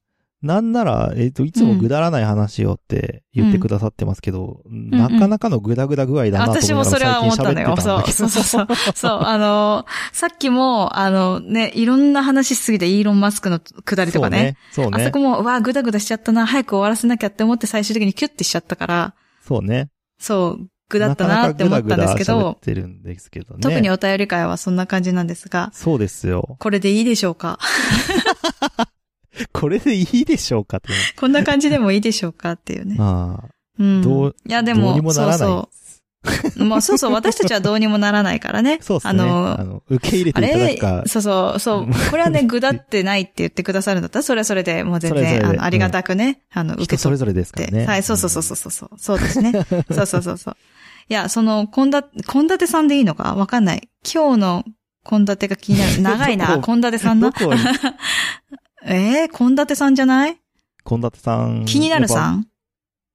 [SPEAKER 2] なんなら、えっ、と、いつもぐだらない話をって言ってくださってますけど、なかなかのぐだぐだ具合だなと思い
[SPEAKER 1] 私
[SPEAKER 2] な
[SPEAKER 1] も
[SPEAKER 2] が
[SPEAKER 1] それは
[SPEAKER 2] ら最
[SPEAKER 1] 思っ
[SPEAKER 2] 近喋
[SPEAKER 1] た
[SPEAKER 2] って
[SPEAKER 1] の
[SPEAKER 2] た
[SPEAKER 1] よ。そう、そうそうそう。そう、あのー、さっきも、あの、ね、いろんな話しすぎて、イーロン・マスクのくだりとかね。。
[SPEAKER 2] そう
[SPEAKER 1] あそ
[SPEAKER 2] ね
[SPEAKER 1] こ。も、うわあ、ぐだぐだしちゃったな、早く終わらせなきゃって思って最終的にキュッてしちゃったから、
[SPEAKER 2] そうね。
[SPEAKER 1] そう、ぐだったなって思ったんですけど、
[SPEAKER 2] なかなかぐだぐだ喋ってるんですけどね。
[SPEAKER 1] 特にお便り会はそんな感じなんですが、
[SPEAKER 2] そうですよ。
[SPEAKER 1] これでいいでしょうか
[SPEAKER 2] これでいいでしょうかって。
[SPEAKER 1] こんな感じでもいいでしょうかっていうね。
[SPEAKER 2] ああ、
[SPEAKER 1] うん。
[SPEAKER 2] どう
[SPEAKER 1] いや、で
[SPEAKER 2] どうに
[SPEAKER 1] も、
[SPEAKER 2] もなら
[SPEAKER 1] そう
[SPEAKER 2] ない。
[SPEAKER 1] そう。まあ、そうそう、私たちはどうにもならないからね。
[SPEAKER 2] そうです
[SPEAKER 1] あ
[SPEAKER 2] ね。
[SPEAKER 1] のー
[SPEAKER 2] あの、受け入れて
[SPEAKER 1] あ
[SPEAKER 2] いただ
[SPEAKER 1] れ
[SPEAKER 2] くか、
[SPEAKER 1] そうそう、そう。これは ね、ぐだってないって言ってくださるんだったら、それはそれで、もう全
[SPEAKER 2] それはそ
[SPEAKER 1] 然、
[SPEAKER 2] れで
[SPEAKER 1] あ
[SPEAKER 2] うん
[SPEAKER 1] の、ありがたくね、あの、受
[SPEAKER 2] 人
[SPEAKER 1] け
[SPEAKER 2] そ
[SPEAKER 1] 取
[SPEAKER 2] れ
[SPEAKER 1] っ
[SPEAKER 2] ぞれですから
[SPEAKER 1] て。
[SPEAKER 2] ね。
[SPEAKER 1] はい、そうそうそうそうそう。そうですね。そうそうそうそう。いや、その、こんだ、こんだてさんでいいのかわかんない。今日の、こんだてが気になる。長 い
[SPEAKER 2] ど
[SPEAKER 1] な、
[SPEAKER 2] こ
[SPEAKER 1] こんだてさ
[SPEAKER 2] うんんど
[SPEAKER 1] な。
[SPEAKER 2] こに、
[SPEAKER 1] ええー、こんだてさんじゃない
[SPEAKER 2] こんだてさん。
[SPEAKER 1] 気になるさ
[SPEAKER 2] ん。
[SPEAKER 1] ん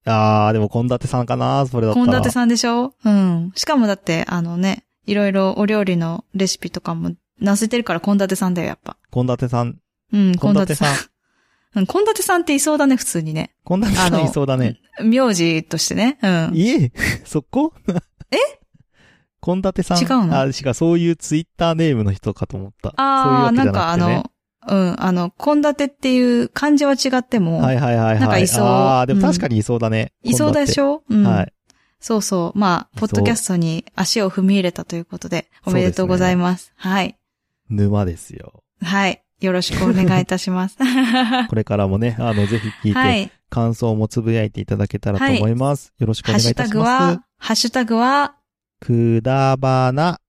[SPEAKER 2] ああ、でもこんだてさんかな、それだった
[SPEAKER 1] こ
[SPEAKER 2] ら。
[SPEAKER 1] んだてさんでしょうん。しかもだって、あのね、いろいろお料理のレシピとかも、なせてるからこんだてさんだよ、やっぱ。
[SPEAKER 2] こんだてさん。
[SPEAKER 1] うん、
[SPEAKER 2] こ
[SPEAKER 1] こ
[SPEAKER 2] ん
[SPEAKER 1] ん
[SPEAKER 2] だ
[SPEAKER 1] だ
[SPEAKER 2] て
[SPEAKER 1] て
[SPEAKER 2] さ
[SPEAKER 1] さん。
[SPEAKER 2] ん
[SPEAKER 1] うん、こんだてさんっていそうだね、普通にね。
[SPEAKER 2] こんだてさ
[SPEAKER 1] あ
[SPEAKER 2] ん
[SPEAKER 1] の
[SPEAKER 2] いそうだね。
[SPEAKER 1] 名字としてね。うん。
[SPEAKER 2] いえ、 そこえ こんだてさん。
[SPEAKER 1] 違うの
[SPEAKER 2] あ、違う、そういうツイッターネームの人かと思った。
[SPEAKER 1] ああ、
[SPEAKER 2] そう
[SPEAKER 1] ないん
[SPEAKER 2] うわ
[SPEAKER 1] かあ
[SPEAKER 2] けじゃなくてね
[SPEAKER 1] の、うん、あの、こんだてっていう漢字は違っても、
[SPEAKER 2] はいはいはいはい。
[SPEAKER 1] なんかいそう
[SPEAKER 2] ああ、でも
[SPEAKER 1] うん
[SPEAKER 2] 確かにいそうだね。
[SPEAKER 1] いそうでし
[SPEAKER 2] ょ。
[SPEAKER 1] ょうん。
[SPEAKER 2] はい。
[SPEAKER 1] そうそう。まあ、
[SPEAKER 2] そ
[SPEAKER 1] ポ
[SPEAKER 2] う
[SPEAKER 1] ッドキャストに足を踏み入れたということで、おめでとうございます。はい。
[SPEAKER 2] 沼で すよ。
[SPEAKER 1] はい。よろしくお願いいたします。
[SPEAKER 2] これからもね、あの、ぜひ聞い
[SPEAKER 1] は
[SPEAKER 2] て
[SPEAKER 1] い。
[SPEAKER 2] 感想もつぶやいていただけたらと思います。よろしくお
[SPEAKER 1] ハッ
[SPEAKER 2] 願い
[SPEAKER 1] シ
[SPEAKER 2] い
[SPEAKER 1] ュ
[SPEAKER 2] た
[SPEAKER 1] タ
[SPEAKER 2] し
[SPEAKER 1] グ
[SPEAKER 2] ます
[SPEAKER 1] は。、ハッシュタグは、
[SPEAKER 2] くだばな。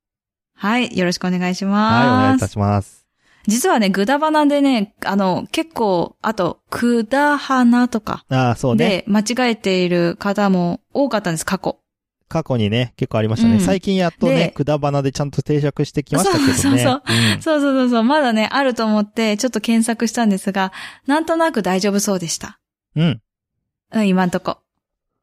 [SPEAKER 1] はい、よろしくお願いし
[SPEAKER 2] はい、お
[SPEAKER 1] ま
[SPEAKER 2] 願いい
[SPEAKER 1] す。
[SPEAKER 2] たします。
[SPEAKER 1] 実はね、グダバナでね、あの、結構、あと、くだはなとか、
[SPEAKER 2] ああ、そうね。
[SPEAKER 1] で、間違えている方も多かったんです、過去。
[SPEAKER 2] 過去にね、結構ありましたね。
[SPEAKER 1] うん
[SPEAKER 2] 最近やっとね
[SPEAKER 1] で、
[SPEAKER 2] くだばなでちゃんと定着してきましたけどね。
[SPEAKER 1] そうそうそう
[SPEAKER 2] うん
[SPEAKER 1] そうそうそうそう、まだね、あると思って、ちょっと検索したんですが、なんとなく大丈夫そうでした。
[SPEAKER 2] うん。
[SPEAKER 1] うん、今んとこ。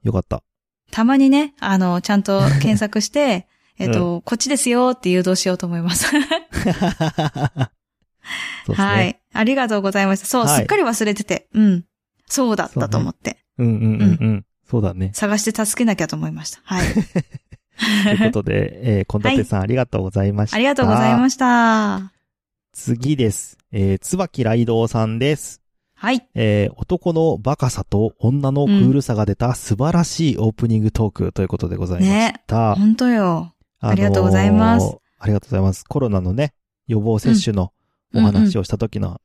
[SPEAKER 2] よかった。
[SPEAKER 1] たまにね、あの、ちゃんと検索 して、えっと、こっちですよって誘導しようと思います。
[SPEAKER 2] そうですね。
[SPEAKER 1] はい。ありがとうございました。そう、
[SPEAKER 2] はい
[SPEAKER 1] すっかり忘れてて。うん。そうだったと思って。
[SPEAKER 2] うんうんうんうん。そう だね。
[SPEAKER 1] 探して助けなきゃと思いました。はい。
[SPEAKER 2] ということで、えー、こんだてさんありがとうございました。
[SPEAKER 1] ありがとうございま
[SPEAKER 2] した。
[SPEAKER 1] した。
[SPEAKER 2] 次です。えー、つばきらいどうさんです。
[SPEAKER 1] はい。
[SPEAKER 2] えー、男のバカさと女のクールさが出た素晴らしいオープニングトークということでございました。
[SPEAKER 1] 本当よ。
[SPEAKER 2] あのー
[SPEAKER 1] ありがとうございます。
[SPEAKER 2] ありがとうございます。コロナのね、予防接種のお話をした時の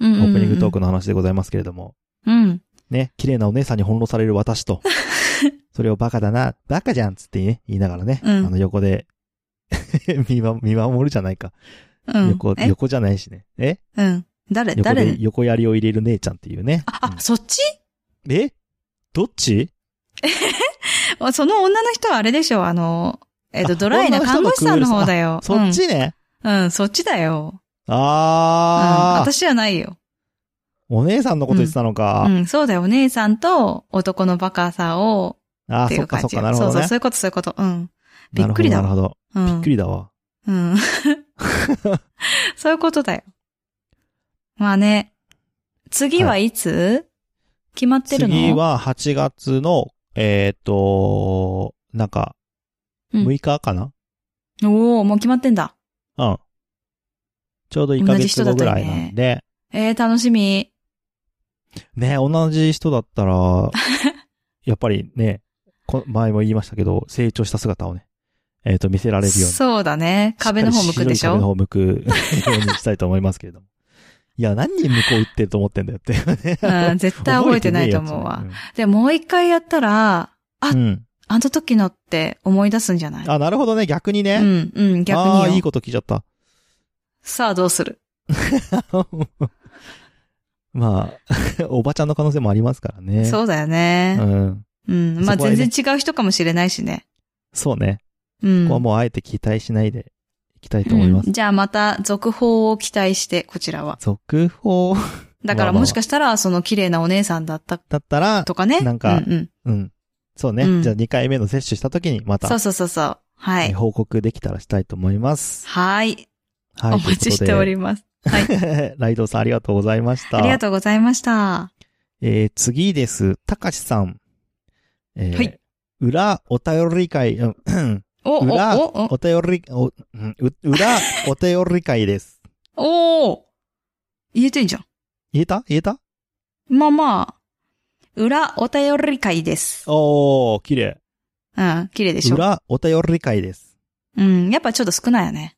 [SPEAKER 1] うん
[SPEAKER 2] オ
[SPEAKER 1] うんうん。
[SPEAKER 2] ープニングトークの話でございますけれども、
[SPEAKER 1] うん。
[SPEAKER 2] ね、綺麗なお姉さんに翻弄される 私と、それをバカだな、バカじゃんっつってね言いながらね、
[SPEAKER 1] うん
[SPEAKER 2] あの横で 見ま、見守るじゃないか。
[SPEAKER 1] うん。
[SPEAKER 2] 横、
[SPEAKER 1] え
[SPEAKER 2] 横じゃないしね。え
[SPEAKER 1] うん。誰
[SPEAKER 2] 横
[SPEAKER 1] 誰
[SPEAKER 2] で横槍を入れる姉ちゃんっていうね。
[SPEAKER 1] あ、あ、そっち
[SPEAKER 2] うんえどっち
[SPEAKER 1] あその女の人はあれでしょあの、えっと、
[SPEAKER 2] あ
[SPEAKER 1] ドライな看護師さんの方だよ。
[SPEAKER 2] そっちね。
[SPEAKER 1] うん、うん、そっちだよ。うん、
[SPEAKER 2] あー、
[SPEAKER 1] 私じゃないよ。
[SPEAKER 2] お姉さんのこと言ってたの
[SPEAKER 1] う
[SPEAKER 2] か。
[SPEAKER 1] ん、そうだよ。お姉さんと男のバカさを、っ
[SPEAKER 2] あー、
[SPEAKER 1] てい
[SPEAKER 2] そっ
[SPEAKER 1] う
[SPEAKER 2] か
[SPEAKER 1] 感
[SPEAKER 2] そっ
[SPEAKER 1] じよ。
[SPEAKER 2] か、なるほ
[SPEAKER 1] そうそ
[SPEAKER 2] ど
[SPEAKER 1] う、
[SPEAKER 2] ね
[SPEAKER 1] そう。いうこと、そういうこと。うん。びっくりだ
[SPEAKER 2] なる
[SPEAKER 1] わ。
[SPEAKER 2] ほど、な
[SPEAKER 1] う
[SPEAKER 2] るほど。び
[SPEAKER 1] ん。
[SPEAKER 2] っくりだわ。
[SPEAKER 1] うん。 そういうことだよ。まあね。次はいつ、決まってるの
[SPEAKER 2] 次、は8月の、えっ、と、なんか、
[SPEAKER 1] うん
[SPEAKER 2] 6日かな、
[SPEAKER 1] おおもう決まってんだ。
[SPEAKER 2] うん、ちょうど1ヶ月後ぐらいなんで、
[SPEAKER 1] えー、楽しみ。
[SPEAKER 2] ね、同じ人だっ たら、やっぱりね、こ前も言いましたけど、成長した姿をね、えっ、と、見せられるように。
[SPEAKER 1] そうだね。壁の方向くでし
[SPEAKER 2] っかり白い壁の
[SPEAKER 1] ょ
[SPEAKER 2] 方向くようにしたいと思いますけれど も。いや、何人向こう行ってると思ってんだよっていうね。
[SPEAKER 1] うん、絶対覚えてないと思うわ
[SPEAKER 2] 覚。えてね
[SPEAKER 1] で、もう一回やったら、
[SPEAKER 2] えやつね。うん。
[SPEAKER 1] あの時のって思い出すんじゃない
[SPEAKER 2] あ、なるほどね、逆にね。
[SPEAKER 1] うん、うん、逆
[SPEAKER 2] ああ、
[SPEAKER 1] に
[SPEAKER 2] いい
[SPEAKER 1] よ。
[SPEAKER 2] こと聞いちゃった。
[SPEAKER 1] さあどうする
[SPEAKER 2] まあ、 おばちゃんの可能性もありますからね。
[SPEAKER 1] そうだよね
[SPEAKER 2] う。ん。
[SPEAKER 1] うん、まあ
[SPEAKER 2] そこはね
[SPEAKER 1] 全然違う人かもしれないしね。
[SPEAKER 2] そうね。
[SPEAKER 1] うん。
[SPEAKER 2] ここはもうあえて期待しないでいきたいと思います。
[SPEAKER 1] うんじゃあまた続報を期待して、こちらは。
[SPEAKER 2] 続報
[SPEAKER 1] だか
[SPEAKER 2] まあ
[SPEAKER 1] ら
[SPEAKER 2] まあ
[SPEAKER 1] もしかしたら、その綺麗なお姉さんだった
[SPEAKER 2] だったら、
[SPEAKER 1] とかね。
[SPEAKER 2] なんか
[SPEAKER 1] うんうん
[SPEAKER 2] うん。そうね。
[SPEAKER 1] うん
[SPEAKER 2] じゃあ2回目の接種した時にまた、
[SPEAKER 1] そうそうそうそう。は
[SPEAKER 2] え
[SPEAKER 1] い。
[SPEAKER 2] 報告できたらしたいと思います。
[SPEAKER 1] はい。
[SPEAKER 2] は
[SPEAKER 1] お
[SPEAKER 2] い。
[SPEAKER 1] 待ちしております。はい。
[SPEAKER 2] ます。 ライドウさんありがとうございました。
[SPEAKER 1] ありがとうございました。
[SPEAKER 2] えー、次です。たかしさん。えー
[SPEAKER 1] はい
[SPEAKER 2] 裏お便り会、うん
[SPEAKER 1] お、お、
[SPEAKER 2] 裏
[SPEAKER 1] お、
[SPEAKER 2] お便り、お、うんう裏お便り会です。
[SPEAKER 1] お、おー言えてんじゃん。
[SPEAKER 2] 言えた言えた
[SPEAKER 1] まあまあ、裏お便り会です。
[SPEAKER 2] おー、綺麗。
[SPEAKER 1] うん、綺麗でしょ。
[SPEAKER 2] 裏お便り会です。
[SPEAKER 1] うん、やっぱちょっと少ないよね。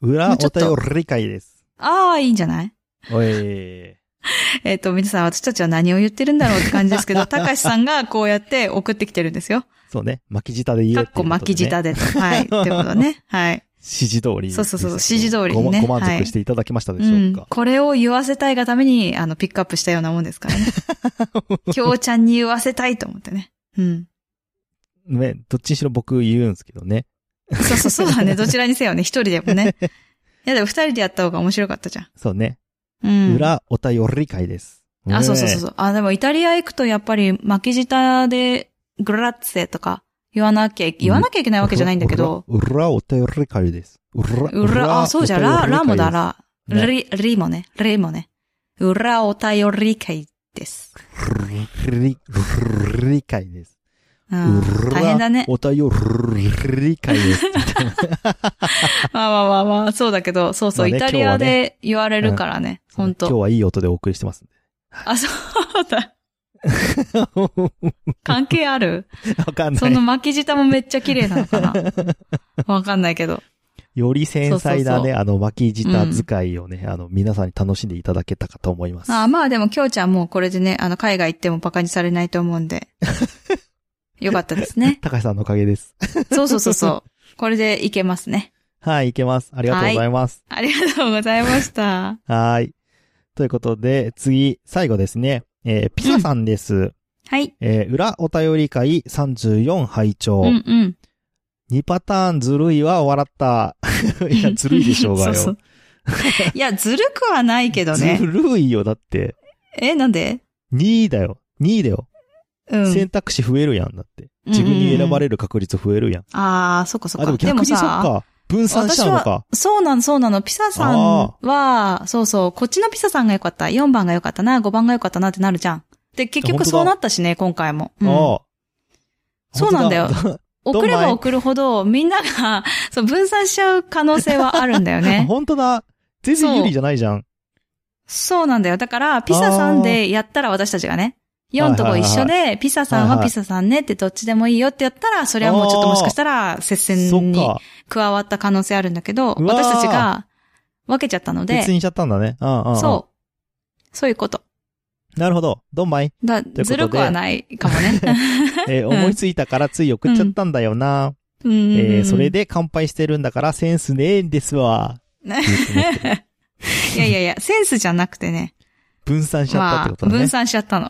[SPEAKER 2] 裏
[SPEAKER 1] も
[SPEAKER 2] お
[SPEAKER 1] うちょっと
[SPEAKER 2] 便り会です。
[SPEAKER 1] ああ、いいんじゃない
[SPEAKER 2] おい。
[SPEAKER 1] えっ、と、皆さん私たちは何を言ってるんだろうって感じですけ ど、たかしさんがこうやって送ってきてるんですよ。
[SPEAKER 2] そうね。巻き舌で言え
[SPEAKER 1] か
[SPEAKER 2] って
[SPEAKER 1] っ
[SPEAKER 2] いう
[SPEAKER 1] こ
[SPEAKER 2] とでね
[SPEAKER 1] 巻き舌でと。はい。ってことね。 はい。
[SPEAKER 2] 指示通り。
[SPEAKER 1] そうそうそう
[SPEAKER 2] でしたけど
[SPEAKER 1] 指示通りにね
[SPEAKER 2] ごまご満
[SPEAKER 1] は
[SPEAKER 2] 足
[SPEAKER 1] い
[SPEAKER 2] していただきましたで
[SPEAKER 1] う
[SPEAKER 2] しょうんか。。
[SPEAKER 1] これを言わせたいがために、あの、ピックアップしたようなもんですからね。きょうちゃんに言わせたいと思ってね。うん。
[SPEAKER 2] ね、どっちにしろ僕言うんですけどね。
[SPEAKER 1] そうそうそうだね。どちらにせよね。一人でもね。いやでも二人でやった方が面白かったじゃん。
[SPEAKER 2] そうね。
[SPEAKER 1] うん。
[SPEAKER 2] 裏お便り会です。
[SPEAKER 1] あ、そうそうそう
[SPEAKER 2] う。
[SPEAKER 1] そう。あ、でもイタリア行くとやっぱり巻き舌でグラッツェとか言わなきゃい、言わなきゃいけないわけじゃないんだけど、
[SPEAKER 2] 裏。裏お便り会です。裏。
[SPEAKER 1] 裏、あ、そうじゃん、
[SPEAKER 2] お便り
[SPEAKER 1] ラ、
[SPEAKER 2] 会
[SPEAKER 1] ラもだ、
[SPEAKER 2] で
[SPEAKER 1] ラ。
[SPEAKER 2] ね
[SPEAKER 1] リ、リもね、リもね。裏お便り会です。
[SPEAKER 2] す。り、り会です。
[SPEAKER 1] うん。
[SPEAKER 2] 裏
[SPEAKER 1] 大変だね。
[SPEAKER 2] お便り会です。
[SPEAKER 1] まあまあまあまあ、そうだけど、そうそう、
[SPEAKER 2] まあね
[SPEAKER 1] イタリアで言われるからね。
[SPEAKER 2] そう
[SPEAKER 1] 本
[SPEAKER 2] ね今日
[SPEAKER 1] 当
[SPEAKER 2] はいい音でお送りしてますんで。
[SPEAKER 1] あ、そうだ。関係ある
[SPEAKER 2] わかん
[SPEAKER 1] そ
[SPEAKER 2] な
[SPEAKER 1] の
[SPEAKER 2] い。
[SPEAKER 1] 巻き舌もめっちゃ綺麗なのかなわかんないけど。
[SPEAKER 2] より繊細
[SPEAKER 1] そう
[SPEAKER 2] な
[SPEAKER 1] そう
[SPEAKER 2] ね、
[SPEAKER 1] そ
[SPEAKER 2] あの、巻き舌使いをね、あの、皆さんに楽しんでいただけたかと思います。
[SPEAKER 1] あーまあでも、きょうちゃんもうこれでね、あの、海外行ってもバカにされないと思うんで。よかったですね。
[SPEAKER 2] 高橋さんのおかげです。
[SPEAKER 1] そうそうそうそう。これでいけますね。
[SPEAKER 2] はい、いけます。ありがとうございます。
[SPEAKER 1] ありがとうございました。
[SPEAKER 2] はーい。ということで、次、最後ですね。えーピザさんです。
[SPEAKER 1] はい。
[SPEAKER 2] えー裏お便り会34拝聴。
[SPEAKER 1] うんうん。
[SPEAKER 2] 2パターンずるいは 笑った。いや、ずるいでしょうがよ。
[SPEAKER 1] そうそういや、ずるくはないけどね
[SPEAKER 2] ず。るいよ、だって。
[SPEAKER 1] え、なんで
[SPEAKER 2] 2だよ。2だよ。
[SPEAKER 1] うん。
[SPEAKER 2] 選択肢増えるやん、だって。自分に選ばれる確率増えるやん。
[SPEAKER 1] ああ、そっかそっ
[SPEAKER 2] あ、で
[SPEAKER 1] か。
[SPEAKER 2] も逆にそっ
[SPEAKER 1] さ、
[SPEAKER 2] か。分散したのか。
[SPEAKER 1] そうなの、そうなの。ピサさんは、そうそう、こっちのピサさんが良かった。4番が良かったな、5番が良かったなってなるじゃん。で、結局
[SPEAKER 2] 本当だ
[SPEAKER 1] そうなったしね、今回も。うん
[SPEAKER 2] ああ
[SPEAKER 1] そうなんだよ。
[SPEAKER 2] ど
[SPEAKER 1] 送
[SPEAKER 2] んまい。
[SPEAKER 1] れば送るほど、みんなが、 そう、分散しちゃう可能性はあるんだよね
[SPEAKER 2] 本当だ。全然有利じゃないじゃん。
[SPEAKER 1] そうなんだよ。だから、ピサさんでやったら私たちがね、
[SPEAKER 2] はいは
[SPEAKER 1] 4
[SPEAKER 2] い
[SPEAKER 1] と
[SPEAKER 2] は
[SPEAKER 1] こ
[SPEAKER 2] い
[SPEAKER 1] 一緒で、ピサさん
[SPEAKER 2] はい
[SPEAKER 1] は
[SPEAKER 2] はい
[SPEAKER 1] ピサさんねってどっちでもいいよってやったら、それはもうちょっともしかしたら接
[SPEAKER 2] そ
[SPEAKER 1] 戦
[SPEAKER 2] っ
[SPEAKER 1] に
[SPEAKER 2] か。
[SPEAKER 1] 加わった可能性あるんだけど、
[SPEAKER 2] うわー
[SPEAKER 1] 私たちが分けちゃったの
[SPEAKER 2] 別
[SPEAKER 1] で、
[SPEAKER 2] にしちゃったんだね。うんうんうん。
[SPEAKER 1] そう。そういうこと。
[SPEAKER 2] う。なるほど。ど んまい。
[SPEAKER 1] だ
[SPEAKER 2] とで
[SPEAKER 1] ずるくはないかもね。
[SPEAKER 2] えー思いついたからつい送っちゃったんだよな。
[SPEAKER 1] うん
[SPEAKER 2] えーそれで乾杯してるんだからセンスねえんですわ。
[SPEAKER 1] ね
[SPEAKER 2] って言ってます
[SPEAKER 1] いやいやいや、センスじゃなくてね。
[SPEAKER 2] 分散しちゃったって
[SPEAKER 1] まあ、
[SPEAKER 2] ことだね。
[SPEAKER 1] 分
[SPEAKER 2] っ
[SPEAKER 1] 散しちゃったの。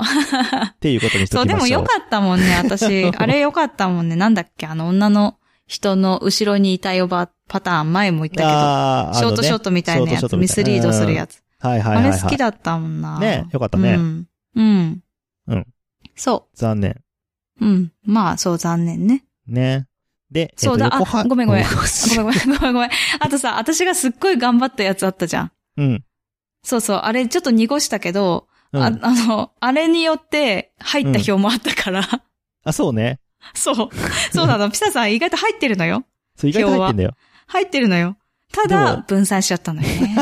[SPEAKER 2] ていうことにして
[SPEAKER 1] そ
[SPEAKER 2] お
[SPEAKER 1] う、
[SPEAKER 2] き
[SPEAKER 1] で
[SPEAKER 2] ま
[SPEAKER 1] も
[SPEAKER 2] しょ
[SPEAKER 1] よ
[SPEAKER 2] う。
[SPEAKER 1] かったもんね、 私。あれよかったもんね。なんだっけ、あの女の人の後ろにいたよばパターン、前も言った
[SPEAKER 2] あ
[SPEAKER 1] けど、
[SPEAKER 2] ー
[SPEAKER 1] ショートショートみたいなや
[SPEAKER 2] ショートシ
[SPEAKER 1] つ、
[SPEAKER 2] ョートみ
[SPEAKER 1] ミ
[SPEAKER 2] た
[SPEAKER 1] スリー
[SPEAKER 2] いな
[SPEAKER 1] ドするやつ。
[SPEAKER 2] あのねはいは
[SPEAKER 1] あ
[SPEAKER 2] いはい、
[SPEAKER 1] れ
[SPEAKER 2] はい。
[SPEAKER 1] 好きだったもんな。
[SPEAKER 2] ねよかったね
[SPEAKER 1] うん。うん。
[SPEAKER 2] うん。
[SPEAKER 1] そ
[SPEAKER 2] 残念。
[SPEAKER 1] う。うん。まあ、そう、残念ね。
[SPEAKER 2] ね。で、
[SPEAKER 1] そうだ
[SPEAKER 2] えっと
[SPEAKER 1] あ
[SPEAKER 2] 横浜
[SPEAKER 1] ごめんごめん
[SPEAKER 2] う
[SPEAKER 1] あごめんご めんごめんごめん。あとさ、私がすっごい頑張ったやつあったじゃん。
[SPEAKER 2] うん。
[SPEAKER 1] そうそう、あれちょっと濁したけど、
[SPEAKER 2] うん
[SPEAKER 1] ああの、あれによって入った票もあったから、
[SPEAKER 2] あ、そうね。
[SPEAKER 1] そう。そうなの。ピサさん意外と入ってるのよ。
[SPEAKER 2] そう、意外と入ってんだよ。
[SPEAKER 1] 入ってるのよ。た
[SPEAKER 2] で
[SPEAKER 1] だ
[SPEAKER 2] も、
[SPEAKER 1] 分散しちゃったのよ ね。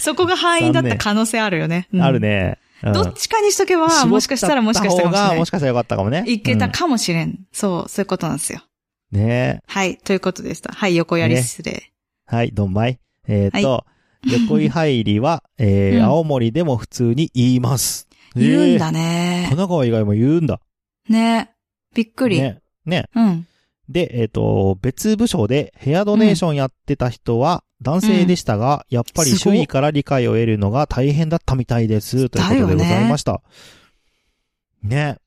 [SPEAKER 1] そこが敗因だった可能性あるよね。うん
[SPEAKER 2] ある。ね。うん
[SPEAKER 1] どっちかにしとけば、
[SPEAKER 2] 絞っ
[SPEAKER 1] もしかしたらもしかしたかも
[SPEAKER 2] ちゃっ
[SPEAKER 1] しれ
[SPEAKER 2] た方が
[SPEAKER 1] な
[SPEAKER 2] も
[SPEAKER 1] い
[SPEAKER 2] し。かしたらよかったかもね。
[SPEAKER 1] いけたかもしれん。そう、そういうことなんですよ。
[SPEAKER 2] うん。ね
[SPEAKER 1] はい、ということでした。はい、横やり失礼。
[SPEAKER 2] はい、どんまい。えーっと、横井入りは、えー
[SPEAKER 1] うん
[SPEAKER 2] 青森でも普通に言います。
[SPEAKER 1] 言うん
[SPEAKER 2] えー
[SPEAKER 1] だ
[SPEAKER 2] 神
[SPEAKER 1] ね。
[SPEAKER 2] 奈川以外も言うんだ。
[SPEAKER 1] ねびっくり。
[SPEAKER 2] ね。ね。
[SPEAKER 1] うん。
[SPEAKER 2] で、えっ、と、別部署でヘアドネーションやってた人は男性でしたが、やっぱり周囲から理解を得るのが大変だったみたいです。ということでございました。ね。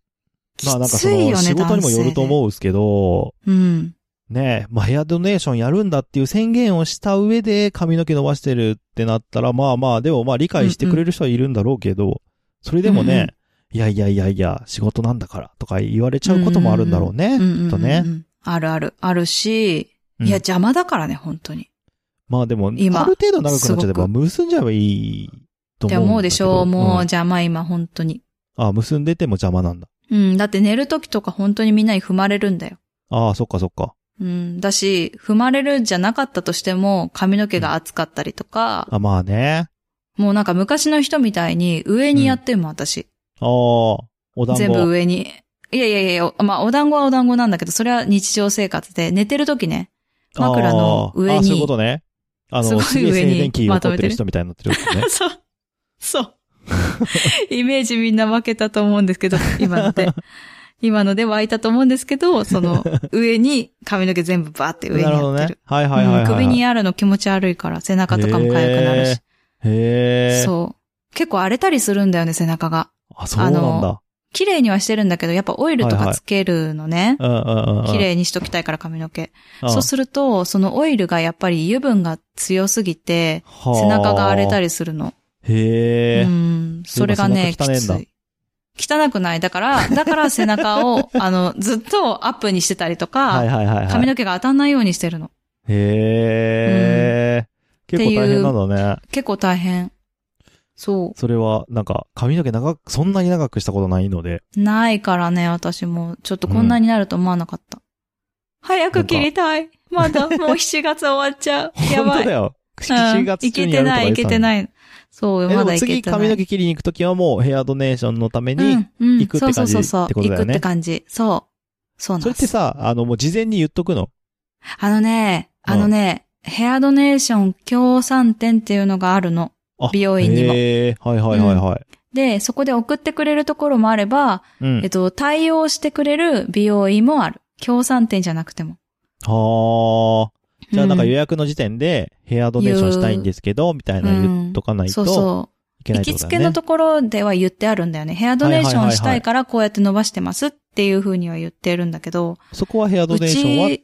[SPEAKER 2] まあなんかそ
[SPEAKER 1] きついよね
[SPEAKER 2] の、仕事にもよると思うんですけど、
[SPEAKER 1] うん。
[SPEAKER 2] ねまあヘアドネーションやるんだっていう宣言をした上で髪の毛伸ばしてるってなったら、まあまあ、でもまあ理解してくれる人はいるんだろうけど、それでも
[SPEAKER 1] うん
[SPEAKER 2] ね
[SPEAKER 1] う、
[SPEAKER 2] いやいやいやいや、仕事なんだからとか言われちゃうこともあるんだろうね。
[SPEAKER 1] うんうんうんうん
[SPEAKER 2] きっとね。
[SPEAKER 1] あるある。あるし、
[SPEAKER 2] うん
[SPEAKER 1] いや、邪魔だからね、本当に。
[SPEAKER 2] まあでも、ある
[SPEAKER 1] 今
[SPEAKER 2] 程度長くなっちゃえ
[SPEAKER 1] すご
[SPEAKER 2] ば、
[SPEAKER 1] く
[SPEAKER 2] 結んじゃえばいいと思うんだけど。
[SPEAKER 1] って思うでしょう、もう
[SPEAKER 2] うん
[SPEAKER 1] 邪魔今、本当に。
[SPEAKER 2] あ、結んでても邪魔なんだ。
[SPEAKER 1] うん、だって寝るときとか本当にみんなに踏まれるんだよ。
[SPEAKER 2] ああ、そっかそっか。
[SPEAKER 1] うん、だし、踏まれるんじゃなかったとしても、髪の毛が厚かったりとか、
[SPEAKER 2] あ、まあね。
[SPEAKER 1] もうなんか昔の人みたいに上にやってんもん、私。
[SPEAKER 2] ああ、お団子。
[SPEAKER 1] 全部上に。いやいやいや、まあ、お団子はお団子なんだけど、それは日常生活で、寝てるときね、枕の上に
[SPEAKER 2] あーあー、そういうことね。あ
[SPEAKER 1] すご
[SPEAKER 2] の、
[SPEAKER 1] い
[SPEAKER 2] すげ
[SPEAKER 1] 上
[SPEAKER 2] え静
[SPEAKER 1] に。
[SPEAKER 2] 電気起こってる人みたいになってることね
[SPEAKER 1] そう。そう。イメージみんな負けたと思うんですけど、今ので。今ので湧いたと思うんですけど、その、上に髪の毛全部バーって上に
[SPEAKER 2] なる
[SPEAKER 1] や
[SPEAKER 2] ほど
[SPEAKER 1] って
[SPEAKER 2] ね
[SPEAKER 1] る。。
[SPEAKER 2] はいはいは
[SPEAKER 1] う
[SPEAKER 2] いはい。
[SPEAKER 1] ん首にやるの気持ち悪いから、背中とかも痒くなるし。
[SPEAKER 2] へえ。う。
[SPEAKER 1] そう。結構荒れたりするんだよね、背中が。
[SPEAKER 2] あ、そうな
[SPEAKER 1] あ
[SPEAKER 2] んだ
[SPEAKER 1] の。綺麗にはしてるんだけど、やっぱオイルと
[SPEAKER 2] はいは
[SPEAKER 1] か
[SPEAKER 2] い
[SPEAKER 1] つけるのね。
[SPEAKER 2] うんうんうんうん。
[SPEAKER 1] 綺麗にしときたいから髪の毛。
[SPEAKER 2] ん。
[SPEAKER 1] そうすると、そのオイルがやっぱり油分が強すぎて、背中が荒れた
[SPEAKER 2] り。
[SPEAKER 1] りするの。
[SPEAKER 2] へえ
[SPEAKER 1] う。ん、それがね、
[SPEAKER 2] 背
[SPEAKER 1] き
[SPEAKER 2] 中汚えん
[SPEAKER 1] つ
[SPEAKER 2] だ
[SPEAKER 1] い。汚くない。だから、だから背中を、 あの、ずっとアップにしてたりと
[SPEAKER 2] はい
[SPEAKER 1] か、
[SPEAKER 2] はいはいはい。
[SPEAKER 1] 髪の毛が当たんないようにしてるの。
[SPEAKER 2] へえ。結構大変なんだね。
[SPEAKER 1] 結構大変。そ
[SPEAKER 2] それは、なんか、髪の毛長く、そんなに長くしたことないので。
[SPEAKER 1] う。ないからね、私も。ちょっとこんなになると思わなかった。早く切りたい。まだ、もう7月終わっちゃう。やば
[SPEAKER 2] 本
[SPEAKER 1] い。
[SPEAKER 2] 当だよ。
[SPEAKER 1] う
[SPEAKER 2] 7
[SPEAKER 1] ん
[SPEAKER 2] 月
[SPEAKER 1] い
[SPEAKER 2] 中
[SPEAKER 1] け
[SPEAKER 2] にや
[SPEAKER 1] て
[SPEAKER 2] るとか
[SPEAKER 1] ない、
[SPEAKER 2] 言
[SPEAKER 1] い
[SPEAKER 2] っ
[SPEAKER 1] け
[SPEAKER 2] たの
[SPEAKER 1] て
[SPEAKER 2] に。
[SPEAKER 1] ない。そう、
[SPEAKER 2] え、で
[SPEAKER 1] ま
[SPEAKER 2] も
[SPEAKER 1] だいけてない。
[SPEAKER 2] 次髪の毛切りに行くときはもうヘアドネーションのために、
[SPEAKER 1] うんうん
[SPEAKER 2] 行くって感
[SPEAKER 1] そう
[SPEAKER 2] じ
[SPEAKER 1] そうそうそう
[SPEAKER 2] ってことだよ
[SPEAKER 1] 行
[SPEAKER 2] ね
[SPEAKER 1] くって感じ。そう。そうなん
[SPEAKER 2] それ
[SPEAKER 1] で
[SPEAKER 2] って
[SPEAKER 1] す。
[SPEAKER 2] さ、あの、もう事前に言っとくの。
[SPEAKER 1] あのね、あのね、ヘアドネーション協賛店っていうのがあるの。
[SPEAKER 2] あ
[SPEAKER 1] 美容院にも
[SPEAKER 2] へーはいはいはいはい。
[SPEAKER 1] で、そこで送ってくれるところもあれば、
[SPEAKER 2] うん。
[SPEAKER 1] えっと、対応してくれる美容院もある。協賛店じゃなくても。
[SPEAKER 2] はあ。じゃあなんか予
[SPEAKER 1] う
[SPEAKER 2] 約の時点でヘアドネーションしたいんですけど、みたいな言っとかない
[SPEAKER 1] そう
[SPEAKER 2] と
[SPEAKER 1] そう。
[SPEAKER 2] いけない
[SPEAKER 1] 行き
[SPEAKER 2] ってこと
[SPEAKER 1] つ
[SPEAKER 2] だ
[SPEAKER 1] け
[SPEAKER 2] よね。
[SPEAKER 1] のところでは言ってあるんだよね。ヘアドネーションしたいからこうやって伸ばしてますっていう風には言ってるんだけど、
[SPEAKER 2] そこはヘアド
[SPEAKER 1] う
[SPEAKER 2] ネーションは、
[SPEAKER 1] ち、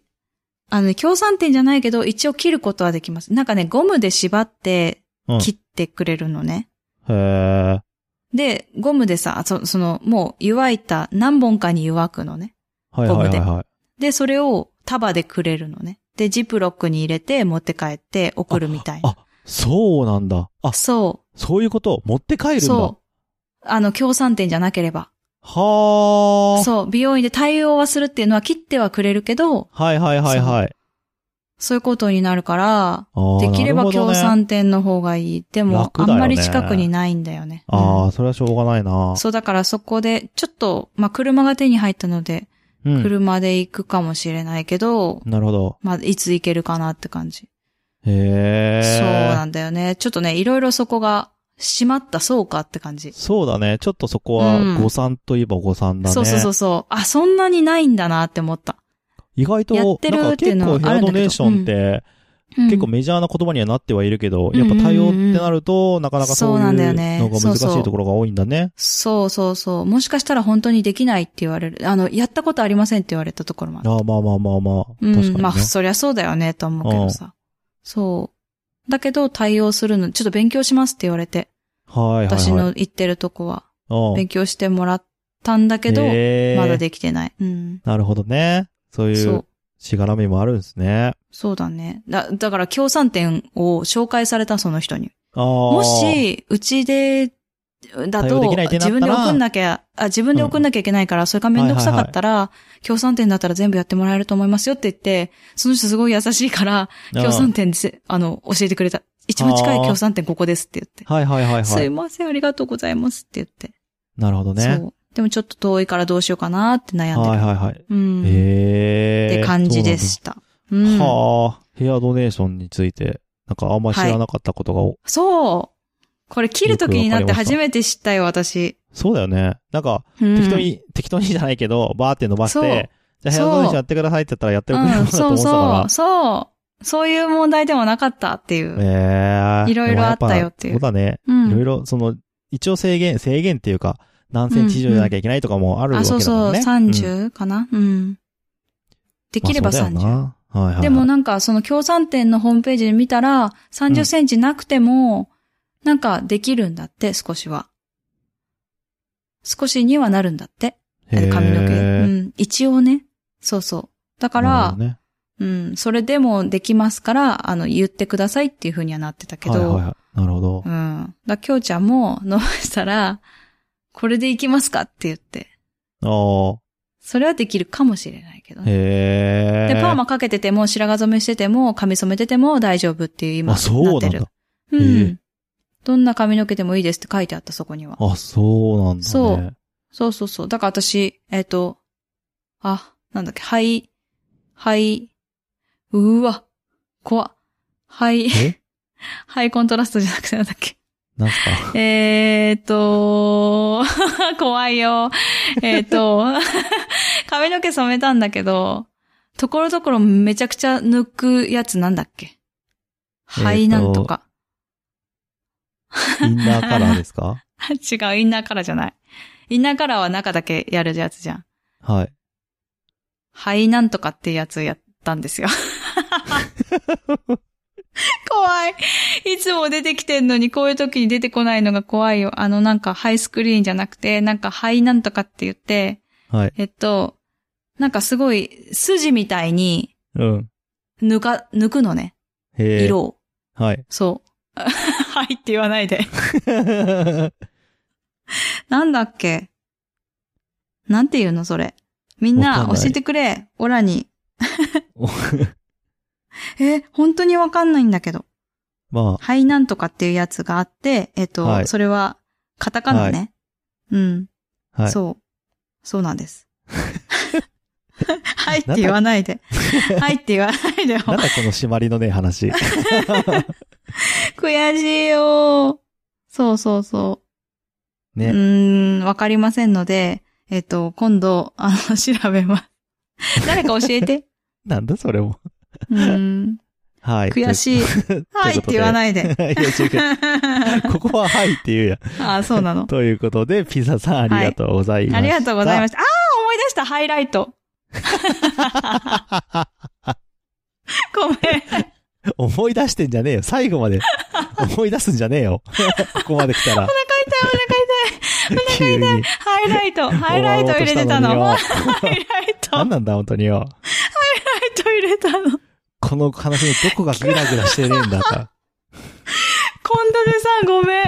[SPEAKER 1] あのね、共産店じゃないけど、一応切ることはできます。なんかね、ゴムで縛って
[SPEAKER 2] うん
[SPEAKER 1] 切ってくれるのね。
[SPEAKER 2] へえ。
[SPEAKER 1] で、ゴムでさ、そその、もう湯わいた何本かに湯わくのね。
[SPEAKER 2] はいはいはいはい。
[SPEAKER 1] で、それを束でくれるのね。で、ジップロックに入れて持って帰って送るみたいな。
[SPEAKER 2] あ、そうなんだ。あ、
[SPEAKER 1] そ
[SPEAKER 2] そういうこと持って
[SPEAKER 1] う。
[SPEAKER 2] 帰るんだ。は
[SPEAKER 1] そう。あの、共産店じゃなければ。
[SPEAKER 2] あ。
[SPEAKER 1] そう、美容院で対応はするっていうのは切ってはくれるけど、
[SPEAKER 2] はいはいはいはい。
[SPEAKER 1] そういうことになるから、
[SPEAKER 2] あー
[SPEAKER 1] できれ
[SPEAKER 2] な
[SPEAKER 1] ば
[SPEAKER 2] るほど
[SPEAKER 1] 協
[SPEAKER 2] ね
[SPEAKER 1] 賛店の方がいい。でも、
[SPEAKER 2] 楽
[SPEAKER 1] あ
[SPEAKER 2] だ
[SPEAKER 1] ん
[SPEAKER 2] よね
[SPEAKER 1] まり近くにないんだよね。
[SPEAKER 2] あ
[SPEAKER 1] う。
[SPEAKER 2] あ、それはしょうがないなん
[SPEAKER 1] そう、だからそこで、ちょっと、まあ、車が手に入ったので、
[SPEAKER 2] うん。
[SPEAKER 1] 車で行くかもしれないけど、
[SPEAKER 2] なるほど。
[SPEAKER 1] まあ、いつ行けるかなって感じ。
[SPEAKER 2] へえ。
[SPEAKER 1] そうなんだよね。ちょっとね、いろいろそこが、閉まったそうかって感じ。
[SPEAKER 2] そうだね。ちょっとそこは
[SPEAKER 1] うん
[SPEAKER 2] 誤算といえば誤算だね。
[SPEAKER 1] そうそうそうそう。あ、そんなにないんだなって思った。
[SPEAKER 2] 意外と、
[SPEAKER 1] やってる
[SPEAKER 2] なんか
[SPEAKER 1] っていう
[SPEAKER 2] 結
[SPEAKER 1] のは
[SPEAKER 2] 構ヘアドネーションって、
[SPEAKER 1] うん
[SPEAKER 2] 結構メジャーな言葉にはなってはいるけど、
[SPEAKER 1] ん
[SPEAKER 2] やっぱ対応ってなると、なかなかそういう
[SPEAKER 1] そうなん
[SPEAKER 2] の
[SPEAKER 1] だ
[SPEAKER 2] が
[SPEAKER 1] よね
[SPEAKER 2] 難しいところが多いんだね。
[SPEAKER 1] そうそうそう。もしかしたら本当にできないって言われる。あの、やったことありませんって言われたところもある。
[SPEAKER 2] ああ、まあまあまあまあ。確か
[SPEAKER 1] う
[SPEAKER 2] にね。
[SPEAKER 1] ん。まあ、そりゃそうだよね、とは思うけどさ。そう。だけど、対応するの、ちょっと勉強しますって言われて、
[SPEAKER 2] はいはいはい。
[SPEAKER 1] 私の行ってるとこは、
[SPEAKER 2] うん
[SPEAKER 1] 勉強してもらったんだけど、
[SPEAKER 2] へー
[SPEAKER 1] まだできてない。うん。
[SPEAKER 2] なるほどね。そうい
[SPEAKER 1] そう
[SPEAKER 2] う、しがらみもあるんですね。
[SPEAKER 1] そうだね。だ、だから、協賛店を紹介された、その人に。
[SPEAKER 2] ああ。
[SPEAKER 1] も
[SPEAKER 2] も、
[SPEAKER 1] し、うちで、だ
[SPEAKER 2] 対応
[SPEAKER 1] と、
[SPEAKER 2] できないってなったら
[SPEAKER 1] 自分で送んなきゃ、あ、自分で送んなきゃいけないから、それがめんどくさかったら、協賛店だったら全部やってもらえると思いますよって言って、その人すごい優しいから、協賛店です、あの、教えてくれた。一番近い協賛店ここですって言って。
[SPEAKER 2] はいはいはいは
[SPEAKER 1] すい
[SPEAKER 2] い。
[SPEAKER 1] ません、ありがとうございますって言って。
[SPEAKER 2] なるほどね。
[SPEAKER 1] そう。でもちょっと遠いからどうしようかなって悩んでる。
[SPEAKER 2] はいはいはい。
[SPEAKER 1] うん。
[SPEAKER 2] へえ。
[SPEAKER 1] って感じでした。う
[SPEAKER 2] そうなん
[SPEAKER 1] ん。
[SPEAKER 2] だ。はあ。ヘアドネーションについて、なんかあんま知らなかったことが多、
[SPEAKER 1] そう。これ切る時になって初めて知ったよ、私。
[SPEAKER 2] そうだよね。なんか、
[SPEAKER 1] うん
[SPEAKER 2] 適当に、適当にじゃないけど、バーって伸ばし
[SPEAKER 1] そう
[SPEAKER 2] て、じゃあヘアドネーションやってくださいって言ったらやってくれるもんだと
[SPEAKER 1] そ
[SPEAKER 2] 思っ
[SPEAKER 1] う
[SPEAKER 2] てたか
[SPEAKER 1] そう、そう。そういう問題でもなかったっていう。
[SPEAKER 2] ら。ねえ
[SPEAKER 1] いろいろあったよっていう
[SPEAKER 2] でもやぱそうだね。
[SPEAKER 1] うん
[SPEAKER 2] いろいろ、その、一応制限、制限っていうか、何センチ以上じゃなきゃいけないとかもあるわ
[SPEAKER 1] あ、
[SPEAKER 2] けだ
[SPEAKER 1] そ
[SPEAKER 2] もん
[SPEAKER 1] う
[SPEAKER 2] ね。
[SPEAKER 1] そう、
[SPEAKER 2] うん。
[SPEAKER 1] 30かな、うん、で
[SPEAKER 2] で
[SPEAKER 1] きれば
[SPEAKER 2] そうだよ
[SPEAKER 1] 30。
[SPEAKER 2] なはいはいはい。
[SPEAKER 1] でもなんか、その協賛店のホームページで見たら、
[SPEAKER 2] う
[SPEAKER 1] 30
[SPEAKER 2] ん
[SPEAKER 1] センチなくても、なんかできるんだって、少しは。少しにはなるんだって。
[SPEAKER 2] へー、
[SPEAKER 1] 髪の毛。うん。一応ね。そうそう。だか
[SPEAKER 2] なる
[SPEAKER 1] ら
[SPEAKER 2] ほ、どね
[SPEAKER 1] うん。それでもできますから、あの、言ってくださいっていうふうにはなってたけど、
[SPEAKER 2] はいはいはい。なるほど
[SPEAKER 1] う。ん。だ、きょうちゃんも 伸ばしたら、これでいきますかって言って。
[SPEAKER 2] あ
[SPEAKER 1] それはできるかもしれないけど
[SPEAKER 2] あ。
[SPEAKER 1] ね。
[SPEAKER 2] へえ。
[SPEAKER 1] で、パーマかけてても、白髪染めしてても、髪染めてても大丈夫っていう今、
[SPEAKER 2] あ、そう
[SPEAKER 1] なっ
[SPEAKER 2] な
[SPEAKER 1] て
[SPEAKER 2] ん
[SPEAKER 1] る
[SPEAKER 2] だ。。
[SPEAKER 1] う
[SPEAKER 2] へえ
[SPEAKER 1] ん。どんな髪の毛でもいいですって書いてあった、そこには。
[SPEAKER 2] あ、そうなんだね。
[SPEAKER 1] そうそうそうそう。だから私、えっ、と、あ、なんだっけ、はい、はい、うーわ、怖っ。はい、
[SPEAKER 2] え
[SPEAKER 1] はいコントラストじゃなくてなんだっけ。
[SPEAKER 2] なんす か
[SPEAKER 1] えーっと、 怖いよ。えーっと、 髪の毛染めたんだけど、ところどころめちゃくちゃ抜くやつなんだっけ
[SPEAKER 2] え
[SPEAKER 1] 肺
[SPEAKER 2] ーっ
[SPEAKER 1] な
[SPEAKER 2] と
[SPEAKER 1] んとか。
[SPEAKER 2] インナーカラーですか
[SPEAKER 1] 違う、インナーカラーじゃない。インナーカラーは中だけやるやつじゃん。
[SPEAKER 2] はい。
[SPEAKER 1] 肺なんとかってやつやったんですよ。怖い。いつも出てきてんのに、こういう時に出てこないのが怖いよ。あの、なんか、ハイスクリーンじゃなくて、なんか、肺なんとかって言って、
[SPEAKER 2] はい。
[SPEAKER 1] えっと、なんかすごい筋みたいに
[SPEAKER 2] うん。
[SPEAKER 1] 抜か、抜くのね。
[SPEAKER 2] へえ。
[SPEAKER 1] 色を。
[SPEAKER 2] はい。
[SPEAKER 1] そう。 はいって言わないで。なんだっけなんて言うのそれ。みん
[SPEAKER 2] わ
[SPEAKER 1] な
[SPEAKER 2] かんない
[SPEAKER 1] 教えてくれ。オラに。え、本当にわかんないんだけど。
[SPEAKER 2] ま
[SPEAKER 1] はいなんとかっていうやつがあって、えっと、
[SPEAKER 2] はい
[SPEAKER 1] それはカタカナね。うん、
[SPEAKER 2] あ、はい。
[SPEAKER 1] そう。そうなんです。はいって言わないで。 はいって言わないでよ。
[SPEAKER 2] なんだこの締まりのねえ 話。
[SPEAKER 1] 悔しいよ。そうそうそう。う
[SPEAKER 2] ね。
[SPEAKER 1] ーん、わかりませんので、えっと、今度、あの、調べ ます。誰か教えて。
[SPEAKER 2] なんだそれも。
[SPEAKER 1] うーん、
[SPEAKER 2] はい。
[SPEAKER 1] 悔しい。はいって言わないで。
[SPEAKER 2] い や、違う違うここははいって言うやん。
[SPEAKER 1] あ、そうなの。
[SPEAKER 2] ということで、ピザさんありがとうございました。
[SPEAKER 1] ありがとうございました。あー、思い出した、ハイライト。ごめん。
[SPEAKER 2] 思い出してんじゃねえよ。最後まで。思い出すんじゃねえよ。 ここまで来たら。急に。
[SPEAKER 1] ハイライ ト、ハイライト入れてたの。
[SPEAKER 2] 終わ
[SPEAKER 1] ハ
[SPEAKER 2] ろうとしたのによ
[SPEAKER 1] イライト、ハ
[SPEAKER 2] 何なんだ、本当 によ。
[SPEAKER 1] イライト入れたの。今
[SPEAKER 2] この話のどこがグラグラしてねえん だか。
[SPEAKER 1] 度でさん、ごめん。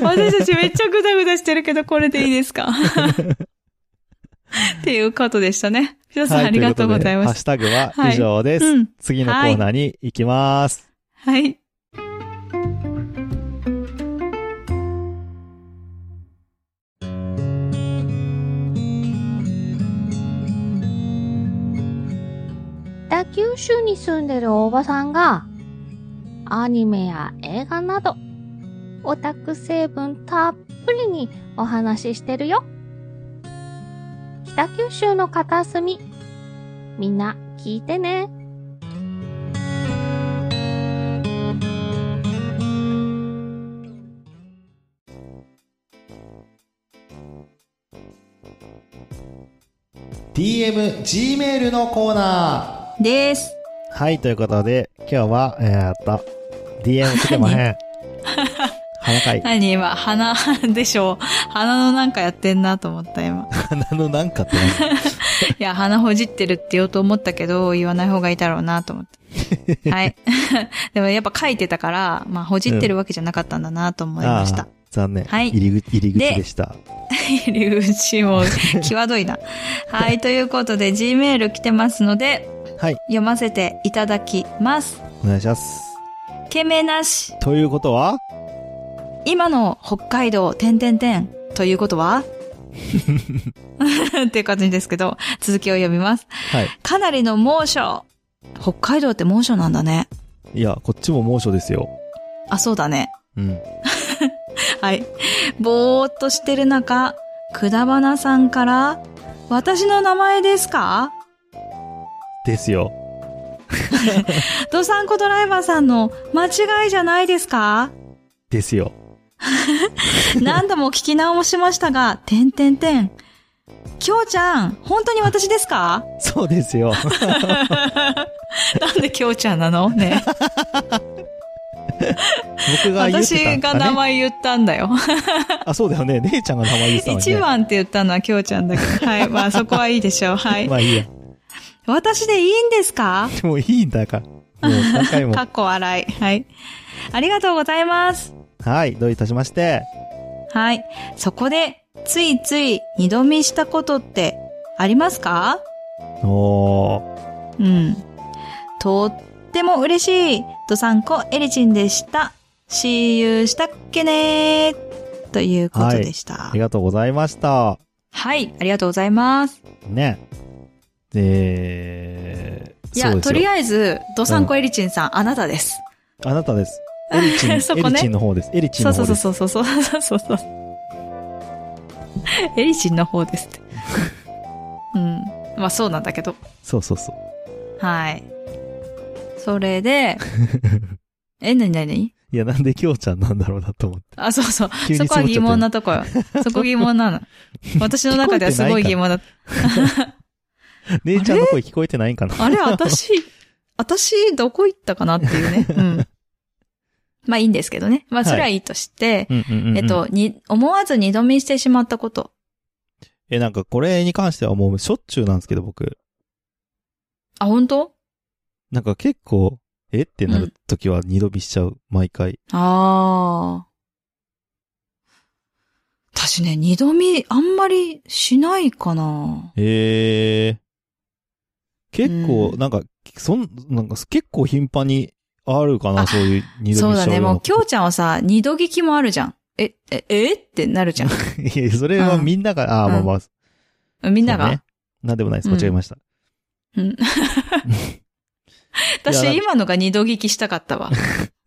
[SPEAKER 1] 私たちめっちゃグダグダしてるけど、これでいいですか っていうことでしたね。皆さん、
[SPEAKER 2] は
[SPEAKER 1] ありがとうございま
[SPEAKER 2] ハッシ
[SPEAKER 1] し
[SPEAKER 2] ュタグは以上で
[SPEAKER 1] た。
[SPEAKER 2] す。
[SPEAKER 1] うん。
[SPEAKER 2] 次のコーナーに行きます。
[SPEAKER 1] はい。
[SPEAKER 3] 北九州に住んでるおばさんが、アニメや映画など、オタク成分たっぷりにお話ししてるよ。北九州の片隅、みんな聞いてね。
[SPEAKER 2] DM、G メールのコーナ
[SPEAKER 1] です。
[SPEAKER 2] ー。はい、ということで、今日は、えーっと、DM 来てまへん。花会。
[SPEAKER 1] 何今、鼻でしょう。鼻のなんかやってんなと思った今。
[SPEAKER 2] 花のなんかって何
[SPEAKER 1] いや、鼻ほじってるって言おうと思ったけど、言わない方がいいだろうなと思 って。はい。 でもやっぱ書いてたから、まあ、ほじってるわけじゃなかったんだなと思いまし
[SPEAKER 2] あ
[SPEAKER 1] た
[SPEAKER 2] ー。残念。
[SPEAKER 1] はい
[SPEAKER 2] 入り口、入り口でした。
[SPEAKER 1] 入り口も、際どい な。はい、ということで、G メール来てますので、
[SPEAKER 2] はい、
[SPEAKER 1] 読ませていただきます。
[SPEAKER 2] お願いします。
[SPEAKER 1] けめなし。
[SPEAKER 2] ということは
[SPEAKER 1] 今の北海道、てんてんてん。ということは っていう感じですけど、続きを読みます。
[SPEAKER 2] はい。
[SPEAKER 1] かなりの猛暑。北海道って猛暑なんだね。
[SPEAKER 2] いや、こっちも猛暑ですよ。
[SPEAKER 1] あ、そうだね。
[SPEAKER 2] うん。
[SPEAKER 1] はい。ぼーっとしてる中、くだばなさんから、私の名前ですか
[SPEAKER 2] ですよ。
[SPEAKER 1] ドサンコドライバーさんの間違いじゃないですか
[SPEAKER 2] ですよ。
[SPEAKER 1] 何度も聞き直しましたが、てんてんてん。きょうちゃん、本当に私ですか
[SPEAKER 2] そうですよ。
[SPEAKER 1] なんできょうちゃんなのね。
[SPEAKER 2] 僕が言って た
[SPEAKER 1] 私
[SPEAKER 2] んだ、ね。
[SPEAKER 1] が名。前言ったんだ よ。
[SPEAKER 2] あ、そうだよね。姉ちゃんが名前言ってたもんね。
[SPEAKER 1] 一。番って言ったのはきょうちゃんだ けど。はい。まあそこはいいでしょう。はい
[SPEAKER 2] ま。あいいや。
[SPEAKER 1] 私でいいんですか
[SPEAKER 2] でもいいんだから。もう何回も
[SPEAKER 1] か。っこ笑い。はい。ありがとうございます。
[SPEAKER 2] はい、どういたしまして。
[SPEAKER 1] はい。そこで、ついつい二度見したことってありますか
[SPEAKER 2] おー。
[SPEAKER 1] うん。とっても嬉しい、ドサンコエリチンでした。See you したっけねーということでした。
[SPEAKER 2] あ
[SPEAKER 1] は
[SPEAKER 2] り
[SPEAKER 1] い、
[SPEAKER 2] がとうございました。
[SPEAKER 1] ありがとうございます。
[SPEAKER 2] ね。えー、
[SPEAKER 1] い
[SPEAKER 2] そう
[SPEAKER 1] や、
[SPEAKER 2] です
[SPEAKER 1] と
[SPEAKER 2] よ
[SPEAKER 1] りあえず、ドサンコエリチンさん、あなたです。
[SPEAKER 2] あなたです。エリチ ン、
[SPEAKER 1] そ
[SPEAKER 2] エ
[SPEAKER 1] こね
[SPEAKER 2] リチンの方です。エリチン
[SPEAKER 1] そうそう
[SPEAKER 2] の方です。
[SPEAKER 1] そうそうそうそうそう そう。エリチンの方ですって。うん。まあそうなんだけど。
[SPEAKER 2] そうそうそう。
[SPEAKER 1] はい。それ で、え、なになになに
[SPEAKER 2] いや、なんできょうちゃんなんだろうなと思 って。
[SPEAKER 1] あ、そうそう。
[SPEAKER 2] 急に
[SPEAKER 1] そこは疑問なとこ よ。そこ疑問なの。私の中ではすごい疑問だ。
[SPEAKER 2] 姉ちゃんの声聞こえてないんかな
[SPEAKER 1] あれ、私、私、どこ行ったかなっていう ね。うん。まあいいんですけどね。まあそれはいいとして、
[SPEAKER 2] うんうんうんうん
[SPEAKER 1] えっと、に、思わず二度見してしまったこと。
[SPEAKER 2] え、なんかこれに関してはもうしょっちゅうなんですけど、僕。
[SPEAKER 1] あ、本当
[SPEAKER 2] なんか結構、えってなるときは二度見しちゃう、毎回。
[SPEAKER 1] ああ。私ね、二度見、あんまりしないかな。
[SPEAKER 2] えー。結構
[SPEAKER 1] う、ん
[SPEAKER 2] なんか、そん、なんか結構頻繁にあるかな、
[SPEAKER 1] あ
[SPEAKER 2] そういう二度
[SPEAKER 1] そう
[SPEAKER 2] 見し
[SPEAKER 1] だ
[SPEAKER 2] ちゃうよ
[SPEAKER 1] ね。
[SPEAKER 2] うな
[SPEAKER 1] もう、
[SPEAKER 2] こ
[SPEAKER 1] きょうちゃんはさ、二度聞きもあるじゃん。え、え、えってなるじゃ
[SPEAKER 2] と。いや、それはみんなが、ああ、
[SPEAKER 1] うん
[SPEAKER 2] まあまあ、
[SPEAKER 1] ん。みんなが。
[SPEAKER 2] そうねなんでもないです。
[SPEAKER 1] うん
[SPEAKER 2] 間違えました。
[SPEAKER 1] うん。私、
[SPEAKER 2] いや
[SPEAKER 1] 今のが二度聞きしたかったわ。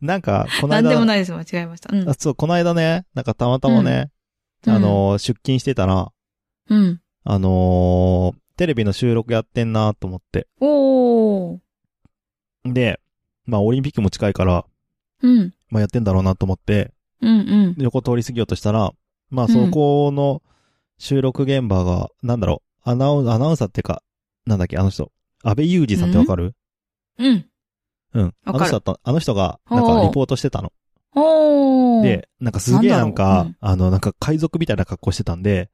[SPEAKER 2] なんか、この
[SPEAKER 1] なん
[SPEAKER 2] 間、
[SPEAKER 1] でもないです。間違えました。うん
[SPEAKER 2] あ。そう、この間ね、なんかたまたまね、あのー出勤してたら、
[SPEAKER 1] うん、うん。
[SPEAKER 2] あのーテレビの収録やってんなと思って。
[SPEAKER 1] おー。
[SPEAKER 2] で、まあ、オリンピックも近いから、
[SPEAKER 1] うん。
[SPEAKER 2] まあ、やってんだろうなと思って、
[SPEAKER 1] うんうん。
[SPEAKER 2] 横通り過ぎようとしたら、まあ、
[SPEAKER 1] う
[SPEAKER 2] そ
[SPEAKER 1] ん
[SPEAKER 2] この収録現場が、なんだろう、アナウン、アナウンサーっていうか、なんだっけ、あの人。安倍裕二さんってわかる
[SPEAKER 1] うん。
[SPEAKER 2] うん。あ
[SPEAKER 1] わかる
[SPEAKER 2] の人だった、あの人が、なん
[SPEAKER 1] お
[SPEAKER 2] か
[SPEAKER 1] ー
[SPEAKER 2] リポートしてたの。
[SPEAKER 1] おー。
[SPEAKER 2] で、なんかすげえなん
[SPEAKER 1] なんだ
[SPEAKER 2] か
[SPEAKER 1] ろううん、
[SPEAKER 2] あの、なんか海賊みたいな格好してたんで、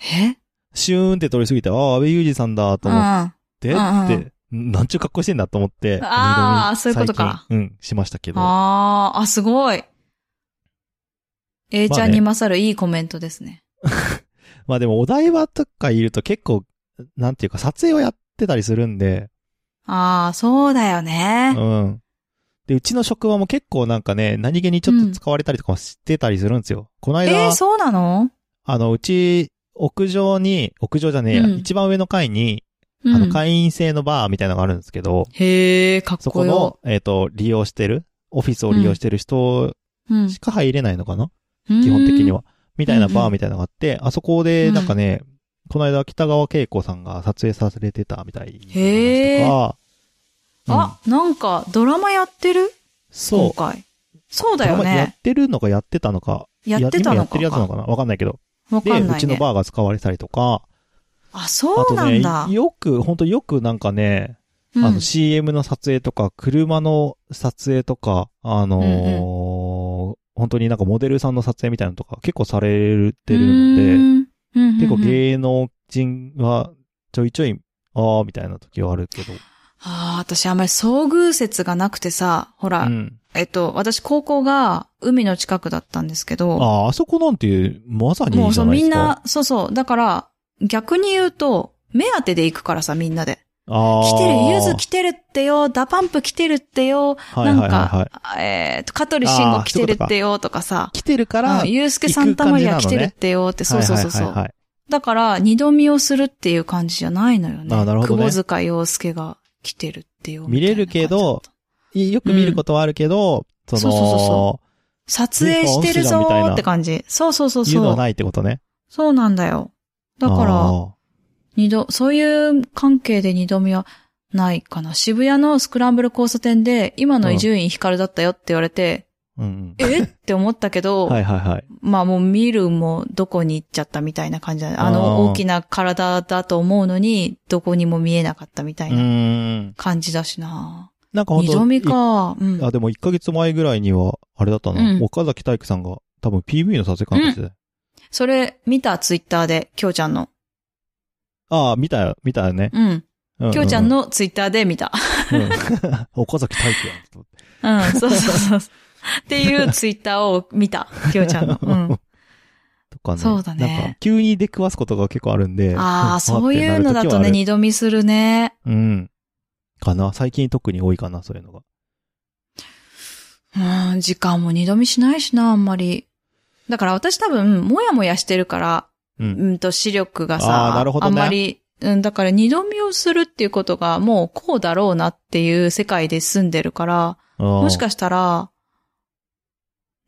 [SPEAKER 1] え
[SPEAKER 2] シューンって通り過ぎて、ああ、安倍裕二さんだと思っ
[SPEAKER 1] あ
[SPEAKER 2] て、
[SPEAKER 1] うん
[SPEAKER 2] って、なんちゅう格好してんだと思って、
[SPEAKER 1] あー
[SPEAKER 2] 二度見
[SPEAKER 1] そういうことか。
[SPEAKER 2] 最近うん、しましたけ
[SPEAKER 1] あ
[SPEAKER 2] ど。
[SPEAKER 1] あー、あ、すごい。A
[SPEAKER 2] まあね
[SPEAKER 1] ちゃんに勝るいいコメントですね。
[SPEAKER 2] まあでもお台場とかいると結構、なんていうか撮影をやってたりするんで、
[SPEAKER 1] ああ、そうだよね。
[SPEAKER 2] うん。で、うちの職場も結構なんかね、何気にちょっと使われたりとかもしてたりするんですよ。この間、
[SPEAKER 1] えー、そうなの
[SPEAKER 2] あの、うち、屋上に、屋上じゃねえや、
[SPEAKER 1] うん
[SPEAKER 2] 一番上の階に、
[SPEAKER 1] う
[SPEAKER 2] あの、
[SPEAKER 1] ん。
[SPEAKER 2] 会員制のバーみたいなのがあるんですけど、
[SPEAKER 1] へえ、かっ
[SPEAKER 2] そ
[SPEAKER 1] こ
[SPEAKER 2] この
[SPEAKER 1] よ。、
[SPEAKER 2] えっ、と、利用してる、オフィスを利用してる人
[SPEAKER 1] うん
[SPEAKER 2] しか入れないのかな、
[SPEAKER 1] 基
[SPEAKER 2] 基本的に。は。みたいな
[SPEAKER 1] うん
[SPEAKER 2] バ
[SPEAKER 1] う
[SPEAKER 2] ー
[SPEAKER 1] ん
[SPEAKER 2] みたいなのがあって、あそこで、
[SPEAKER 1] うん
[SPEAKER 2] なんかね、この間北川景子さんが撮影されてたみたいな話とか
[SPEAKER 1] へー
[SPEAKER 2] うん
[SPEAKER 1] あ、なんか、ドラマやってる今
[SPEAKER 2] そう。
[SPEAKER 1] 回。そうだよ
[SPEAKER 2] ドラマや
[SPEAKER 1] ね
[SPEAKER 2] っ。てるのかやってたのか。
[SPEAKER 1] やってた
[SPEAKER 2] 今や
[SPEAKER 1] の
[SPEAKER 2] って
[SPEAKER 1] か
[SPEAKER 2] るやつなのかなわかんないけど。
[SPEAKER 1] わ
[SPEAKER 2] で、
[SPEAKER 1] かん
[SPEAKER 2] う
[SPEAKER 1] ない
[SPEAKER 2] ちの
[SPEAKER 1] ね。
[SPEAKER 2] バーが使われたりとか、
[SPEAKER 1] あ、
[SPEAKER 2] あ
[SPEAKER 1] そう
[SPEAKER 2] と
[SPEAKER 1] なんだ
[SPEAKER 2] ね、。よく、本当よくなんかね、
[SPEAKER 1] うん
[SPEAKER 2] あの CM の撮影とか、車の撮影とか、あのー本当になんかモデルさんの撮影みたいなのとか結構されてるので、
[SPEAKER 1] の
[SPEAKER 2] 結構芸能人はちょいちょい、ああ、みたいな時はあるけど。
[SPEAKER 1] ああ、私あんまり遭遇説がなくてさ、ほら、
[SPEAKER 2] うん。
[SPEAKER 1] えっと、私高校が海の近くだったんですけど、
[SPEAKER 2] ああ、あそこなんて、まさにい
[SPEAKER 1] も
[SPEAKER 2] いうじ
[SPEAKER 1] そ
[SPEAKER 2] ゃ
[SPEAKER 1] う
[SPEAKER 2] ないで
[SPEAKER 1] みん
[SPEAKER 2] すか。
[SPEAKER 1] な、そうそう、だから、逆に言うと、目当てで行くからさ、みんなで。
[SPEAKER 2] ああ。
[SPEAKER 1] 来てる、ゆず来てるってよ、ダパンプ来てるってよ、
[SPEAKER 2] はいはいはい
[SPEAKER 1] な
[SPEAKER 2] は
[SPEAKER 1] ん
[SPEAKER 2] い。
[SPEAKER 1] か、えっ、と、香取慎吾来てるってよとかさ、
[SPEAKER 2] 来てるから、
[SPEAKER 1] うんゆうすけさんたまりゃ来てるってよって、そうそうそうそう。
[SPEAKER 2] はいはいはいはい
[SPEAKER 1] だから、二度見をするっていう感じじゃないのよね。
[SPEAKER 2] あなるほどね
[SPEAKER 1] 久保塚洋介が来てるってよ。
[SPEAKER 2] 見れる
[SPEAKER 1] みたい
[SPEAKER 2] けど
[SPEAKER 1] な感じだっ
[SPEAKER 2] いよく見ることはあるけど、その、
[SPEAKER 1] そうそうそうそた、撮影してるぞーって感じ。そうそうそう
[SPEAKER 2] いうの
[SPEAKER 1] そ
[SPEAKER 2] は
[SPEAKER 1] う。
[SPEAKER 2] ないってことね。
[SPEAKER 1] そうなんだよ。だから、
[SPEAKER 2] あ
[SPEAKER 1] 二度、そういう関係で二度見はないかな。渋谷のスクランブル交差点で、今の伊集院光だったよって言われて、
[SPEAKER 2] ーうん
[SPEAKER 1] えって思ったけ
[SPEAKER 2] う
[SPEAKER 1] ど、
[SPEAKER 2] ん。はいはいはい。
[SPEAKER 1] まあもう見るもどこに行っちゃったみたいな感じだね。あ
[SPEAKER 2] あ
[SPEAKER 1] の
[SPEAKER 2] ー
[SPEAKER 1] 大きな体だと思うのに、どこにも見えなかったみた
[SPEAKER 2] う
[SPEAKER 1] い
[SPEAKER 2] ー。
[SPEAKER 1] なん感じだしな。
[SPEAKER 2] なんか本
[SPEAKER 1] 二
[SPEAKER 2] 当
[SPEAKER 1] 度見か。うん
[SPEAKER 2] い。あ、でも1ヶ月前ぐらいには、あれだったな、
[SPEAKER 1] うん
[SPEAKER 2] 岡崎体育さんが、多分 PV の撮影関係してたよ
[SPEAKER 1] それ見たツイッターで、きょうちゃんの。
[SPEAKER 2] ああ、見たよ、見たよね。
[SPEAKER 1] うん。
[SPEAKER 2] う
[SPEAKER 1] きょうちゃん、のツイッターで見 た。
[SPEAKER 2] うんうん岡崎体育やんと思って
[SPEAKER 1] うん、そうそうそう。っていうツイッターを見た。きょうちゃんの。 うん。
[SPEAKER 2] とかね。
[SPEAKER 1] そうだね
[SPEAKER 2] なんか、急に出くわすことが結構あるんで。
[SPEAKER 1] ああ、そういうのだと
[SPEAKER 2] あってなる時はあ
[SPEAKER 1] ね、
[SPEAKER 2] る
[SPEAKER 1] 二度見するね。
[SPEAKER 2] うん。かな最近特に多いかな、そういうのが。
[SPEAKER 1] うん、時間も二度見しないしな、あんまり。だから私多分、もやもやしてるから、
[SPEAKER 2] うん。
[SPEAKER 1] うんと視力が
[SPEAKER 2] あ
[SPEAKER 1] さ、
[SPEAKER 2] ーなるほどね
[SPEAKER 1] んまり、うん、だから二度見をするっていうことがもうこうだろうなっていう世界で住んでるから、
[SPEAKER 2] も
[SPEAKER 1] もしかしたら、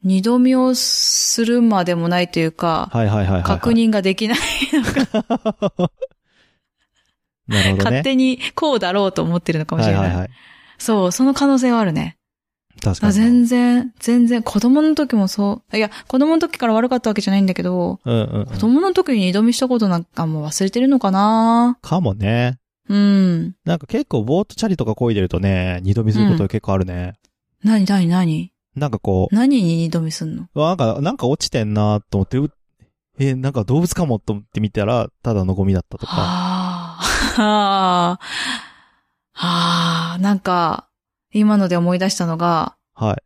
[SPEAKER 1] 二度見をするまでもないというか、
[SPEAKER 2] はいはいはいはいはい。
[SPEAKER 1] 確認ができない、
[SPEAKER 2] なるほどね。
[SPEAKER 1] 勝手にこうだろうと思ってるのかもしれない。
[SPEAKER 2] はいはいはい。
[SPEAKER 1] そう、その可能性はあるね。
[SPEAKER 2] 確
[SPEAKER 1] だか
[SPEAKER 2] からに。
[SPEAKER 1] 全然、全然、子供の時もそう、いや、子供の時から悪かったわけじゃないんだけど、
[SPEAKER 2] うんうんうん。
[SPEAKER 1] 子供の時に二度見したことなんかもう忘れてるのかな
[SPEAKER 2] かもね。
[SPEAKER 1] うん。
[SPEAKER 2] なんか結構ボートチャリとか漕いでるとね、二度見することが結構あるね。
[SPEAKER 1] なになになに
[SPEAKER 2] なんかこう、
[SPEAKER 1] 何に二度見すんの
[SPEAKER 2] うわなんか、なんか落ちてんなと思って、うえ、なんか動物かもと思って見たら、ただのゴミだったとか。
[SPEAKER 1] はあ。はあ。なんか、今ので思い出したのが、
[SPEAKER 2] はい。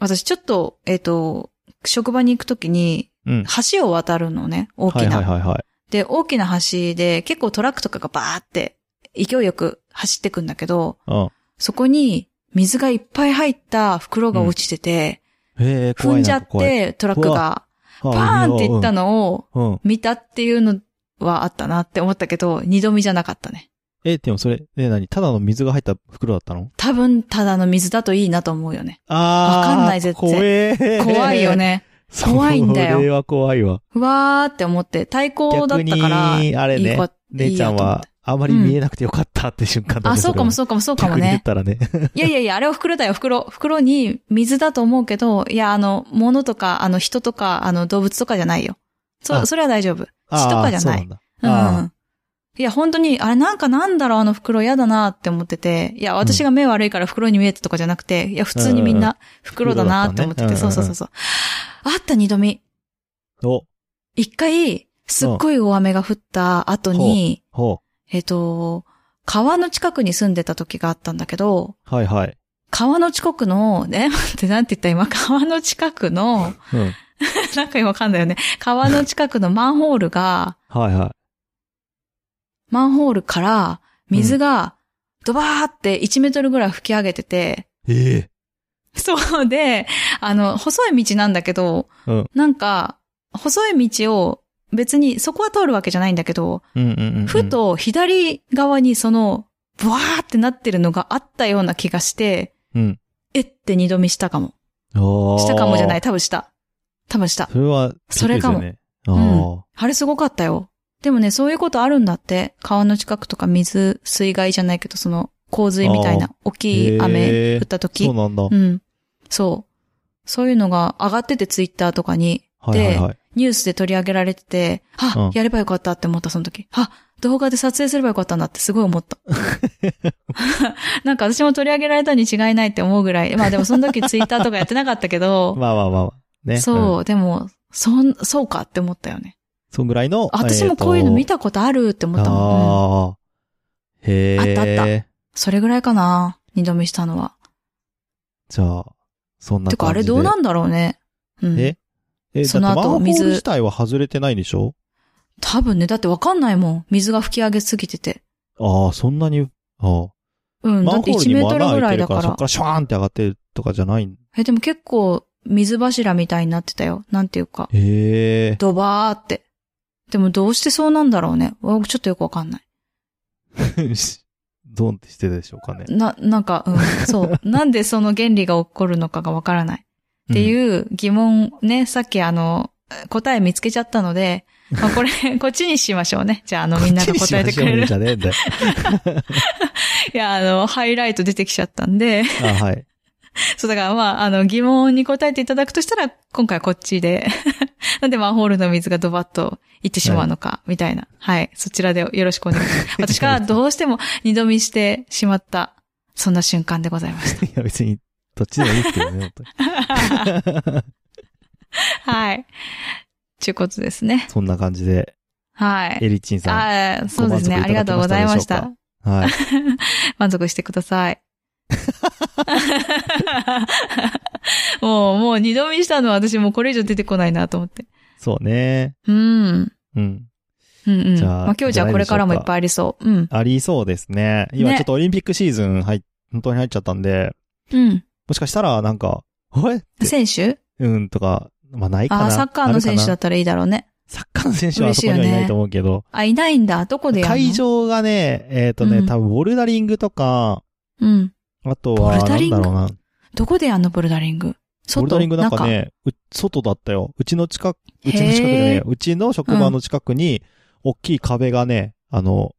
[SPEAKER 1] 私ちょっと、えっ、と、職場に行くときに、
[SPEAKER 2] うん。
[SPEAKER 1] 橋を渡るのね、大きな。
[SPEAKER 2] はいはいはいはい。
[SPEAKER 1] で、大きな橋で、結構トラックとかがバーって、勢いよく走ってくんだけど、そこに、水がいっぱい入った袋が落ちてて、
[SPEAKER 2] うん。へえ、怖
[SPEAKER 1] 踏
[SPEAKER 2] い
[SPEAKER 1] んじゃ
[SPEAKER 2] な
[SPEAKER 1] っ
[SPEAKER 2] か怖い。
[SPEAKER 1] て、トラック
[SPEAKER 2] う
[SPEAKER 1] が、
[SPEAKER 2] バ
[SPEAKER 1] バーンっていった
[SPEAKER 2] の。
[SPEAKER 1] のを、
[SPEAKER 2] うん。
[SPEAKER 1] 見たっていうのはあったなって思ったけど、二度見じゃなかったね。
[SPEAKER 2] え、でもそれ、ね、何ただの水が入った袋だったの
[SPEAKER 1] 多分、ただの水だといいなと思うよね。
[SPEAKER 2] あー。
[SPEAKER 1] わかんない絶対
[SPEAKER 2] 怖え。
[SPEAKER 1] 怖いよ。ね。怖いんだよ
[SPEAKER 2] それは怖いわ。
[SPEAKER 1] うわーって思って、対抗だっ
[SPEAKER 2] 逆
[SPEAKER 1] たから、
[SPEAKER 2] に、あれ
[SPEAKER 1] いい
[SPEAKER 2] ね
[SPEAKER 1] こ、
[SPEAKER 2] 姉ちゃんは、あまり見えなくてよかったって瞬間だね。
[SPEAKER 1] あ、そうかも
[SPEAKER 2] う
[SPEAKER 1] そうかもそうかも
[SPEAKER 2] 逆に言っ
[SPEAKER 1] ね。
[SPEAKER 2] たらね。
[SPEAKER 1] いやいやいや、あれは袋だよ、袋。袋に水だと思うけど、いや、あの、物とか、あの、人とか、あの、動物とかじゃないよ。そ、
[SPEAKER 2] あ
[SPEAKER 1] それは大丈夫。
[SPEAKER 2] あ
[SPEAKER 1] 血とか
[SPEAKER 2] ー
[SPEAKER 1] じゃ
[SPEAKER 2] そう
[SPEAKER 1] な
[SPEAKER 2] ないん。だ。
[SPEAKER 1] うんう
[SPEAKER 2] あ
[SPEAKER 1] ん。いや、本当に、あれなんかなんだろう、あの袋嫌だなって思ってて、いや、私が目悪いから袋に見えたとかじゃなくて、いや、普通にみん
[SPEAKER 2] うん
[SPEAKER 1] な袋だなって思ってて、
[SPEAKER 2] 袋だ
[SPEAKER 1] そう
[SPEAKER 2] ったね
[SPEAKER 1] そうそうそう。あった二度見。
[SPEAKER 2] ーお、
[SPEAKER 1] 一回、すっごい大雨が降った後に、
[SPEAKER 2] ほ
[SPEAKER 1] えっと、川の近くに住んでた時があったんだけど、
[SPEAKER 2] う。はいはい。
[SPEAKER 1] 川の近くの、え、待って、なんて言った今、川の近くの、
[SPEAKER 2] うん。
[SPEAKER 1] なんか今噛んだよね。川の近くのマンホールが、
[SPEAKER 2] はいはい。
[SPEAKER 1] マンホールから水がドバーって1メートルぐらい吹き上げてて、
[SPEAKER 2] ええ
[SPEAKER 1] そうで、あの、細い道なんだけど、
[SPEAKER 2] うん
[SPEAKER 1] なんか、細い道を別にそこは通るわけじゃないんだけど、
[SPEAKER 2] うんうんうんうん。
[SPEAKER 1] ふと左側にその、ブワーってなってるのがあったような気がして、
[SPEAKER 2] うん。
[SPEAKER 1] えって二度見したかも。
[SPEAKER 2] おー
[SPEAKER 1] したかもじゃない、。多分した。多分した。
[SPEAKER 2] それは、
[SPEAKER 1] それかも
[SPEAKER 2] びっくりですよね。ああ。
[SPEAKER 1] あれすごかったよ。でもね、そういうことあるんだって。川の近くとか水、水害じゃないけど、その、洪水みたい
[SPEAKER 2] あ
[SPEAKER 1] な、大きい
[SPEAKER 2] へ
[SPEAKER 1] 雨
[SPEAKER 2] ー
[SPEAKER 1] 降った時
[SPEAKER 2] そう。なんだ。
[SPEAKER 1] うん。そう。そういうのが上がってて、ツイッターとかに。
[SPEAKER 2] はいはいはい。
[SPEAKER 1] ニュースで取り上げられてて、あ、
[SPEAKER 2] うん
[SPEAKER 1] やればよかったって思った、その時。あ、動画で撮影すればよかったんだってすごい 思った。なんか私も取り上げられたに違いないって思うぐらい。まあでもその時ツイッターとかやってなかったけど、
[SPEAKER 2] まあまあまあまあ。ね。
[SPEAKER 1] そう、
[SPEAKER 2] うん。
[SPEAKER 1] でも、そん、そうかって思ったよね。
[SPEAKER 2] そんぐらいの。
[SPEAKER 1] あ私もこういうの見たことあるって思ったもん。うん
[SPEAKER 2] ああ。へえ。
[SPEAKER 1] あったあ
[SPEAKER 2] った。
[SPEAKER 1] それぐらいかな二度見したのは。
[SPEAKER 2] じゃあ、そんな感じで。
[SPEAKER 1] てかあれどうなんだろうね。うん。
[SPEAKER 2] ええ、
[SPEAKER 1] その後
[SPEAKER 2] だってマンホール
[SPEAKER 1] 水
[SPEAKER 2] 自体は外れてないでしょ
[SPEAKER 1] 多分ね、だってわかんないもん。水が吹き上げすぎてて。
[SPEAKER 2] ああ、そんなに、ああ。
[SPEAKER 1] うん、だ
[SPEAKER 2] マ
[SPEAKER 1] っ
[SPEAKER 2] ン
[SPEAKER 1] て
[SPEAKER 2] ホール
[SPEAKER 1] 1
[SPEAKER 2] に
[SPEAKER 1] メ
[SPEAKER 2] も
[SPEAKER 1] ート
[SPEAKER 2] 穴
[SPEAKER 1] ルぐ
[SPEAKER 2] 開
[SPEAKER 1] ら
[SPEAKER 2] い
[SPEAKER 1] い
[SPEAKER 2] て
[SPEAKER 1] だ
[SPEAKER 2] る
[SPEAKER 1] か
[SPEAKER 2] か、
[SPEAKER 1] ら
[SPEAKER 2] そ
[SPEAKER 1] ら
[SPEAKER 2] っ。からシュワーンって上がってるとかじゃないん
[SPEAKER 1] え、でも結構、水柱みたいになってたよ。なんていうか、
[SPEAKER 2] へ え。
[SPEAKER 1] ドバーって。でもどうしてそうなんだろうね。僕ちょっとよくわかんない。
[SPEAKER 2] ドンってしてたでしょうかね。
[SPEAKER 1] な、なんか、うん、 そう。なんでその原理が起こるのかがわからない。って
[SPEAKER 2] うん。
[SPEAKER 1] いう疑問ね、さっきあの、答え見つけちゃったの で、まあこれ、こっちにしましょうね。じゃあ、あの、みんなが答えてくれる。
[SPEAKER 2] じゃねえんだよ。
[SPEAKER 1] いや、あの、ハイライト出てきちゃったんで、
[SPEAKER 2] あはい。
[SPEAKER 1] そうだからまあ、あの、疑問に答えていただくとしたら、今回はこっちで、 なんでマンホールの水がドバッといってしまうのか、みたいな。はい。そちらでよろしくお願いし ます。私がどうしても二度見してしまった、そんな瞬間でござい ました。
[SPEAKER 2] いや、別に、どっちでもいいですけどね、本当に
[SPEAKER 1] はい。ちゅうことですね。
[SPEAKER 2] そんな感じで、
[SPEAKER 1] はい。
[SPEAKER 2] エリチンさ
[SPEAKER 1] ああ、そうですね。あ
[SPEAKER 2] ご満足い
[SPEAKER 1] りが
[SPEAKER 2] ただ
[SPEAKER 1] と
[SPEAKER 2] け
[SPEAKER 1] う
[SPEAKER 2] ま
[SPEAKER 1] ご
[SPEAKER 2] した
[SPEAKER 1] ざい
[SPEAKER 2] でしょうか
[SPEAKER 1] ました。
[SPEAKER 2] ん。はい。
[SPEAKER 1] 満足してください。もう、もう二度見したのは私もうこれ以上出てこないなと思って。
[SPEAKER 2] そうね。
[SPEAKER 1] うん。
[SPEAKER 2] うん。
[SPEAKER 1] うんうん。
[SPEAKER 2] じゃあ
[SPEAKER 1] まあ、今日じゃあこれからもいっぱいありそう。うん。
[SPEAKER 2] ありそうですね。今
[SPEAKER 1] ね
[SPEAKER 2] ちょっとオリンピックシーズン入っ、本当に入っちゃったんで、
[SPEAKER 1] うん。
[SPEAKER 2] もしかしたらなんか、おいって
[SPEAKER 1] 選手
[SPEAKER 2] うんとか、まあないか
[SPEAKER 1] あ
[SPEAKER 2] な。
[SPEAKER 1] あ、サッカーの選手だ
[SPEAKER 2] あるかな
[SPEAKER 1] ったらいいだろうね。
[SPEAKER 2] サッカーの選手はあそこにはいないと思うけど。
[SPEAKER 1] あ、いないんだ。どこでやるの
[SPEAKER 2] 会場がね、えっ、とね、
[SPEAKER 1] うん
[SPEAKER 2] 多分ボルダリングとか、
[SPEAKER 1] うん。
[SPEAKER 2] あと
[SPEAKER 1] ボ
[SPEAKER 2] は、
[SPEAKER 1] ル
[SPEAKER 2] な
[SPEAKER 1] ダリ
[SPEAKER 2] ん
[SPEAKER 1] ング
[SPEAKER 2] だろうな。
[SPEAKER 1] どこでやんのボルダリング。
[SPEAKER 2] ボ
[SPEAKER 1] 外
[SPEAKER 2] ルダリングなんか
[SPEAKER 1] 中
[SPEAKER 2] ね、う外だったよ。うちの近く、う
[SPEAKER 1] へー
[SPEAKER 2] ちの近くでね、うちの職場の近くに、大きい壁がね、あの、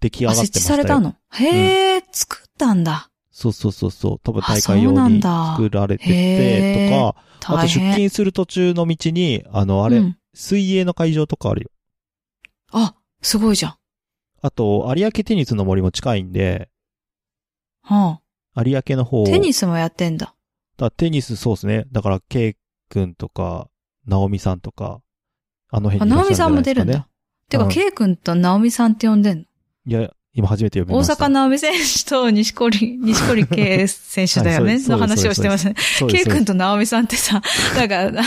[SPEAKER 2] 出来上が
[SPEAKER 1] あ、
[SPEAKER 2] って
[SPEAKER 1] 設
[SPEAKER 2] ました
[SPEAKER 1] 置
[SPEAKER 2] よ。
[SPEAKER 1] されたの。へえ、作ったんだ。
[SPEAKER 2] そうそうそうそう。多分
[SPEAKER 1] あ
[SPEAKER 2] 大会用
[SPEAKER 1] そうなん
[SPEAKER 2] に
[SPEAKER 1] だ
[SPEAKER 2] 作られてて、
[SPEAKER 1] へ
[SPEAKER 2] とか、あと
[SPEAKER 1] 大
[SPEAKER 2] 出
[SPEAKER 1] 変。
[SPEAKER 2] 勤する途中の道に、あの、あれ、
[SPEAKER 1] うん
[SPEAKER 2] 水泳の会場とかあるよ。
[SPEAKER 1] あ、すごいじゃん。
[SPEAKER 2] あと、有明テニスの森も近いんで、
[SPEAKER 1] は
[SPEAKER 2] 有明の方
[SPEAKER 1] あ、
[SPEAKER 2] を
[SPEAKER 1] テニスもやってんだ。
[SPEAKER 2] だからテニスそうですね。だから、ケイ君とか、ナオミさんとか、あの
[SPEAKER 1] あ、
[SPEAKER 2] 辺にい
[SPEAKER 1] ナ
[SPEAKER 2] ら
[SPEAKER 1] オ
[SPEAKER 2] っしゃ
[SPEAKER 1] ミさん
[SPEAKER 2] る
[SPEAKER 1] も
[SPEAKER 2] んじ
[SPEAKER 1] 出
[SPEAKER 2] ゃ
[SPEAKER 1] る
[SPEAKER 2] ない
[SPEAKER 1] ん
[SPEAKER 2] で
[SPEAKER 1] だ。
[SPEAKER 2] す
[SPEAKER 1] てか、
[SPEAKER 2] うん
[SPEAKER 1] K 君とナオミさんって呼んでんの
[SPEAKER 2] かね。いや、今初めて読み
[SPEAKER 1] 大
[SPEAKER 2] ました。
[SPEAKER 1] 阪ナオミ選手と西堀、西堀 K 選手だよ
[SPEAKER 2] はい
[SPEAKER 1] ね。
[SPEAKER 2] そう
[SPEAKER 1] の
[SPEAKER 2] です
[SPEAKER 1] 話をしてますね。
[SPEAKER 2] そう
[SPEAKER 1] K
[SPEAKER 2] ですそうで
[SPEAKER 1] 君
[SPEAKER 2] す
[SPEAKER 1] とナオミさんって さ、なんか、あの、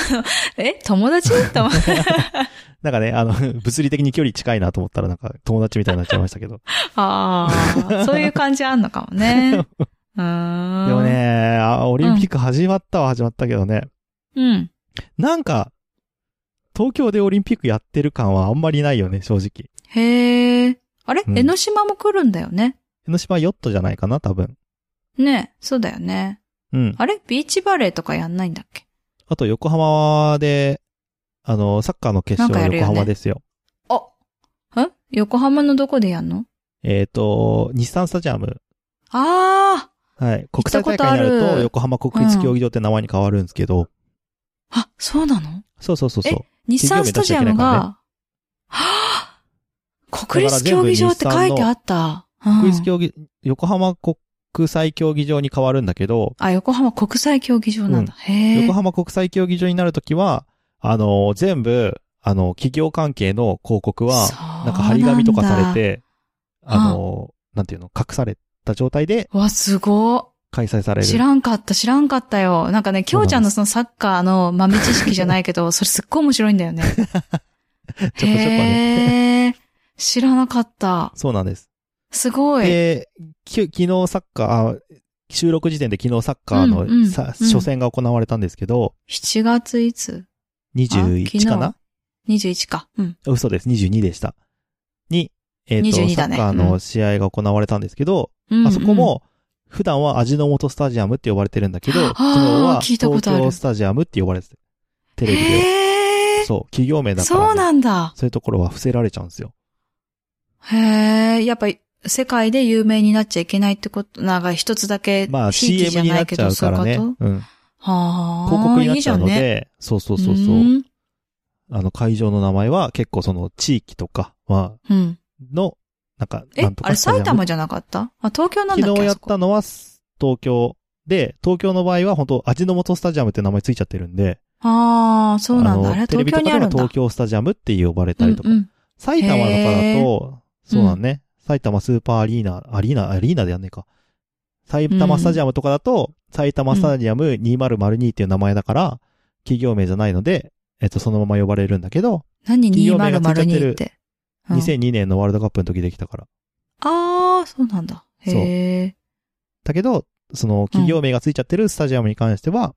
[SPEAKER 1] え、友達と思って。
[SPEAKER 2] なんかね、あの、 物理的に距離近いなと思ったら、なんか友達みたいになっちゃいましたけど。
[SPEAKER 1] ああ、そういう感じあんのかも ね。 うーん。
[SPEAKER 2] でも。ね、あオリンピック始まったは始まったけどね。
[SPEAKER 1] うん。
[SPEAKER 2] なんか、東京でオリンピックやってる感はあんまりないよね、正直。
[SPEAKER 1] へえ。あれ、
[SPEAKER 2] うん
[SPEAKER 1] 江ノ島も来るんだよね。
[SPEAKER 2] 江ノ島ヨットじゃないかな、多分。
[SPEAKER 1] ねえ、そうだよね。
[SPEAKER 2] うん。
[SPEAKER 1] あれビーチバレーとかやんないんだっけ
[SPEAKER 2] あと、横浜で、あの、サッカーの決勝
[SPEAKER 1] なんか
[SPEAKER 2] は
[SPEAKER 1] やるよ
[SPEAKER 2] 横
[SPEAKER 1] ね
[SPEAKER 2] 浜ですよ。
[SPEAKER 1] あ、え横浜のどこでやんの
[SPEAKER 2] えっ、と、日産スタジアム。
[SPEAKER 1] あ
[SPEAKER 2] はい。
[SPEAKER 1] 行っ
[SPEAKER 2] 国
[SPEAKER 1] た
[SPEAKER 2] 際
[SPEAKER 1] こ
[SPEAKER 2] 大
[SPEAKER 1] と
[SPEAKER 2] 会
[SPEAKER 1] あ
[SPEAKER 2] に
[SPEAKER 1] る
[SPEAKER 2] なると、横浜国立競技場って名前に変わるんですけど、
[SPEAKER 1] あ、あ、そうなの
[SPEAKER 2] そうそうそうそう。
[SPEAKER 1] 日産スタジアムが、はあ国立競技場って書いてあった。うん
[SPEAKER 2] 国立競技、横浜国際競技場に変わるんだけど、
[SPEAKER 1] あ、横浜国際競技場なんだ。へえ。
[SPEAKER 2] 横浜国際競技場になるときは、あの、全部、あの、企業関係の広告は、
[SPEAKER 1] は
[SPEAKER 2] なんか張り紙とかされ。て、あの、なんていうの、隠された状態で
[SPEAKER 1] わ、すご
[SPEAKER 2] 開催され
[SPEAKER 1] い。
[SPEAKER 2] る。
[SPEAKER 1] 知らんかった、知らんかったよ。なんかね、きょうちゃんのそのサッカーの豆知識じゃないけ ど、それすっごい面白いんだよね。
[SPEAKER 2] ちょこちょこ
[SPEAKER 1] へ
[SPEAKER 2] ね。
[SPEAKER 1] え。知らなかった。
[SPEAKER 2] そうなんです。
[SPEAKER 1] すごい。
[SPEAKER 2] で、き昨日サッカー、あ収録時点で昨日サッカーの
[SPEAKER 1] うんうん
[SPEAKER 2] さ
[SPEAKER 1] うん
[SPEAKER 2] 初戦が行われたんですけど、
[SPEAKER 1] 7月いつ
[SPEAKER 2] 21かな
[SPEAKER 1] ?21 か。うん。
[SPEAKER 2] 嘘です。22でした。に、えっ、と、
[SPEAKER 1] 22
[SPEAKER 2] サ
[SPEAKER 1] だ
[SPEAKER 2] ッ
[SPEAKER 1] ね
[SPEAKER 2] カーの試合が行われたんですけど、
[SPEAKER 1] うん
[SPEAKER 2] あそこ、も、普段は味の素スタジアムって呼ばれてるんだけど、
[SPEAKER 1] あー
[SPEAKER 2] 昨日は
[SPEAKER 1] 聞いたこ
[SPEAKER 2] 東
[SPEAKER 1] とある
[SPEAKER 2] 京スタジアムって呼ばれてて、テ
[SPEAKER 1] うん
[SPEAKER 2] レビで。
[SPEAKER 1] へえ。
[SPEAKER 2] そう、企業名だからね、
[SPEAKER 1] そうなんだ。
[SPEAKER 2] そういうところは伏せられちゃうんですよ。
[SPEAKER 1] へえ、やっぱり世界で有名になっちゃいけないってこと、なんか一つだけ、
[SPEAKER 2] まあ CM になっちゃうからね。
[SPEAKER 1] そういうこ
[SPEAKER 2] うん。
[SPEAKER 1] とはあ。
[SPEAKER 2] 広告になっちゃうので、
[SPEAKER 1] いいじ
[SPEAKER 2] そうそう
[SPEAKER 1] ゃんね
[SPEAKER 2] そうそう。
[SPEAKER 1] ん
[SPEAKER 2] あの会場の名前は結構その地域とか、まあ、
[SPEAKER 1] うん。
[SPEAKER 2] の、なんか、
[SPEAKER 1] え
[SPEAKER 2] な、んと
[SPEAKER 1] あ
[SPEAKER 2] か
[SPEAKER 1] れ
[SPEAKER 2] スタジ
[SPEAKER 1] 埼
[SPEAKER 2] アム
[SPEAKER 1] 玉じゃなかったあ、東京なんだっ
[SPEAKER 2] 昨
[SPEAKER 1] け
[SPEAKER 2] 日や
[SPEAKER 1] あ
[SPEAKER 2] っ
[SPEAKER 1] そこ
[SPEAKER 2] たのは東京で、東京の場合は本当味の素スタジアムって名前ついちゃってるんで、
[SPEAKER 1] ああ、そうなんだ。
[SPEAKER 2] の
[SPEAKER 1] あれは
[SPEAKER 2] テレ
[SPEAKER 1] 東京
[SPEAKER 2] ビとか
[SPEAKER 1] に
[SPEAKER 2] で
[SPEAKER 1] ある
[SPEAKER 2] は
[SPEAKER 1] んだ。
[SPEAKER 2] 東京スタジアムって呼ばれたりとか、
[SPEAKER 1] うんうん
[SPEAKER 2] 埼玉とかだ
[SPEAKER 1] へ
[SPEAKER 2] と、そうだね、埼玉スーパーアリーナ、アリーナ、アリーナでやんねえか。埼玉スタジアムとかだと、埼玉スタジアム2002っていう名前だから、企業名じゃないので、えっと、そのまま呼ばれるんだけど、
[SPEAKER 1] 何
[SPEAKER 2] 企業名がついちゃって
[SPEAKER 1] 2002
[SPEAKER 2] る
[SPEAKER 1] って。うん
[SPEAKER 2] 2002年のワールドカップの時できたから。
[SPEAKER 1] ああ、そうなんだ。へえ。
[SPEAKER 2] だけど、その企業名がついちゃってるスタジアムに関しては、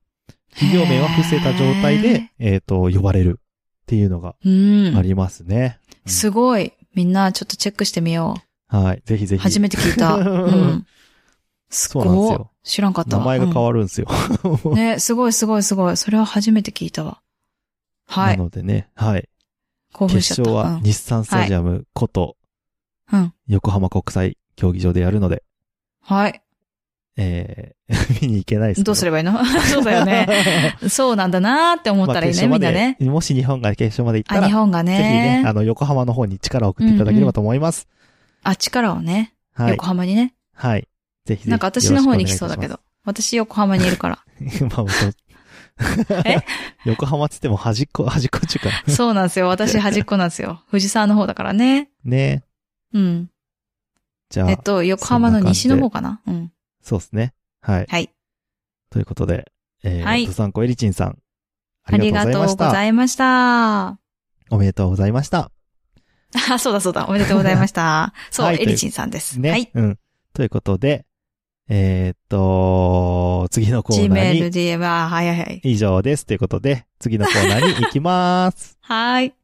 [SPEAKER 2] 企業名は伏せた状態で、えっ、と、呼ばれるっていうのが
[SPEAKER 1] へー。う
[SPEAKER 2] あ
[SPEAKER 1] ん。
[SPEAKER 2] りますね。
[SPEAKER 1] すごい。みんなちょっとチェックしてみよう。
[SPEAKER 2] はい。ぜひぜひ。
[SPEAKER 1] 初めて聞い た。うん。す
[SPEAKER 2] そうなんで
[SPEAKER 1] ご
[SPEAKER 2] す
[SPEAKER 1] い
[SPEAKER 2] よ。
[SPEAKER 1] 知らんかった
[SPEAKER 2] 名
[SPEAKER 1] わ。
[SPEAKER 2] 前が変わるんですよ。
[SPEAKER 1] うんね、すごいすごいすごい。それは初めて聞いたわ。は。
[SPEAKER 2] ないのでね、はい。
[SPEAKER 1] 興奮しちゃ
[SPEAKER 2] 決
[SPEAKER 1] った。
[SPEAKER 2] 勝は日産スタジアムこと
[SPEAKER 1] うん。うん。
[SPEAKER 2] 横浜国際競技場でやるので、
[SPEAKER 1] はい。
[SPEAKER 2] えー、 見に行けないですけど。
[SPEAKER 1] どうす
[SPEAKER 2] れ
[SPEAKER 1] ればいい のそうだよね。そうなんだなーって思ったらいいね、みんなね。
[SPEAKER 2] もし日本が決勝まで行った
[SPEAKER 1] あ、
[SPEAKER 2] ら、
[SPEAKER 1] 日本が
[SPEAKER 2] ぜひね、あ
[SPEAKER 1] ね。
[SPEAKER 2] の、横浜の方に力を送っていただければと思います。
[SPEAKER 1] あ、力をね。
[SPEAKER 2] はい
[SPEAKER 1] 横。浜にね。
[SPEAKER 2] はい。ぜひぜひ。
[SPEAKER 1] なんか私の方に来そうだけ
[SPEAKER 2] よ
[SPEAKER 1] ど。私横浜にいる から。
[SPEAKER 2] ろしくお願いします。まあ、
[SPEAKER 1] え
[SPEAKER 2] 横浜っつっても端っこ、端っこっちゅうか。
[SPEAKER 1] そうなんですよ。私端っこなんですよ。藤沢の方だからね。
[SPEAKER 2] ね
[SPEAKER 1] うん。
[SPEAKER 2] じゃあ、
[SPEAKER 1] えっと、横浜の西の方かなうん。
[SPEAKER 2] そうですね。はい。
[SPEAKER 1] はい。
[SPEAKER 2] ということで、えー、
[SPEAKER 1] はい
[SPEAKER 2] ドサンコエリチンさん、あ
[SPEAKER 1] あ
[SPEAKER 2] り
[SPEAKER 1] り
[SPEAKER 2] が
[SPEAKER 1] が
[SPEAKER 2] とう
[SPEAKER 1] とう
[SPEAKER 2] ございまし
[SPEAKER 1] ございました。
[SPEAKER 2] た。おめでとうございました。
[SPEAKER 1] あ、 そうだそうだ。おめでとうございま した。そう、
[SPEAKER 2] はい
[SPEAKER 1] エリチンさんです。
[SPEAKER 2] ね。
[SPEAKER 1] はい。
[SPEAKER 2] うん。ということで、えー、っと、次のコーナー
[SPEAKER 1] Gmail、
[SPEAKER 2] に、
[SPEAKER 1] DM、あ、はいはいはい。
[SPEAKER 2] 以上です。ということで、次のコーナーに行きます。
[SPEAKER 1] はい。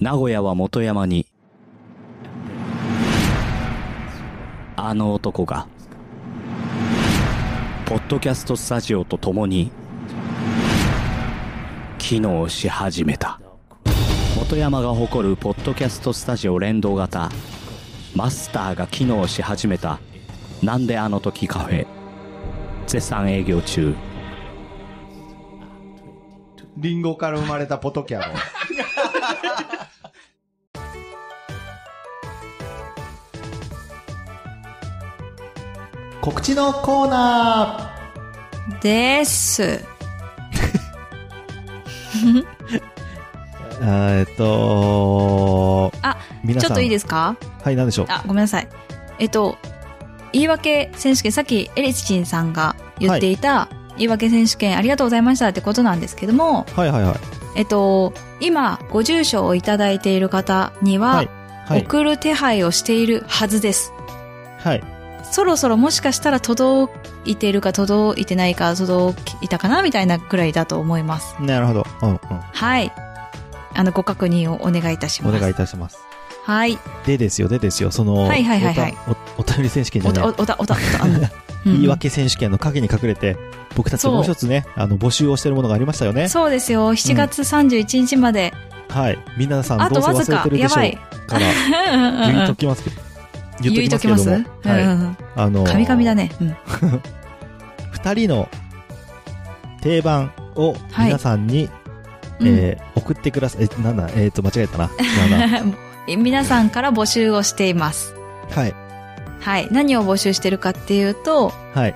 [SPEAKER 4] 名古屋は元山に、あの男が、ポッドキャストスタジオと共に、機能し始めた。元山が誇るポッドキャストスタジオ連動型、マスターが機能し始めた、なんであの時カフェ、絶賛営業中。
[SPEAKER 5] リンゴから生まれたポトキャロ。
[SPEAKER 2] 告知のコーナ
[SPEAKER 1] です。
[SPEAKER 2] ーえーっと、
[SPEAKER 1] あ、
[SPEAKER 2] 皆
[SPEAKER 1] ち
[SPEAKER 2] さ
[SPEAKER 1] ょ
[SPEAKER 2] ん。。
[SPEAKER 1] っといいですすか
[SPEAKER 2] はい、なんでしょう。
[SPEAKER 1] あ、ごめんなさい。えっと、言い訳選手権、さっきエリチンさんが言っていた、言い訳選手権ありがとうございましたってことなんですけども、
[SPEAKER 2] はいはいはい。
[SPEAKER 1] えっと、今、ご住所をいただいている方には、
[SPEAKER 2] はい。はい。
[SPEAKER 1] 送る手配をしているはずです。
[SPEAKER 2] はい。
[SPEAKER 1] そろそろもしかしたら届いているか届いてないか届いたかなみたいなくらいだと思います。
[SPEAKER 2] なるほど。うんうん。
[SPEAKER 1] はい。あの、ご確認をお願いいたしま
[SPEAKER 2] お
[SPEAKER 1] す。
[SPEAKER 2] 願いいたします。
[SPEAKER 1] はい。
[SPEAKER 2] でですよ、でですよ、その、
[SPEAKER 1] はいはいはいはい
[SPEAKER 2] おたおお便り選手権じ
[SPEAKER 1] お
[SPEAKER 2] ゃない
[SPEAKER 1] た、お、た、おた、おた。うん
[SPEAKER 2] 言い訳選手権の陰に隠れて、僕たちもう一つね、あの、募集をしてるものがありましたよね。
[SPEAKER 1] そうですよ。7月31日まで。
[SPEAKER 2] はい。みなさん
[SPEAKER 1] あと
[SPEAKER 2] どうせ
[SPEAKER 1] わず
[SPEAKER 2] 忘
[SPEAKER 1] か
[SPEAKER 2] れて。るで
[SPEAKER 1] や
[SPEAKER 2] しょ。
[SPEAKER 1] ばいう
[SPEAKER 2] から、 言っときますけど。
[SPEAKER 1] 言
[SPEAKER 2] 言
[SPEAKER 1] い
[SPEAKER 2] っ
[SPEAKER 1] と
[SPEAKER 2] と
[SPEAKER 1] き
[SPEAKER 2] き
[SPEAKER 1] ま
[SPEAKER 2] ますす
[SPEAKER 1] う
[SPEAKER 2] け
[SPEAKER 1] ん
[SPEAKER 2] ども、
[SPEAKER 1] う
[SPEAKER 2] はい。
[SPEAKER 1] んうん。
[SPEAKER 2] あのー
[SPEAKER 1] 神々だね。うん。
[SPEAKER 2] 二人の定番を
[SPEAKER 1] はい
[SPEAKER 2] 皆さんに、えー送ってください。え、なんだ、えっ、と、間違えたな。違 うな
[SPEAKER 1] うん皆さんから募集をしています。
[SPEAKER 2] はい。
[SPEAKER 1] はい。何を募集してるかっていうと、
[SPEAKER 2] はい。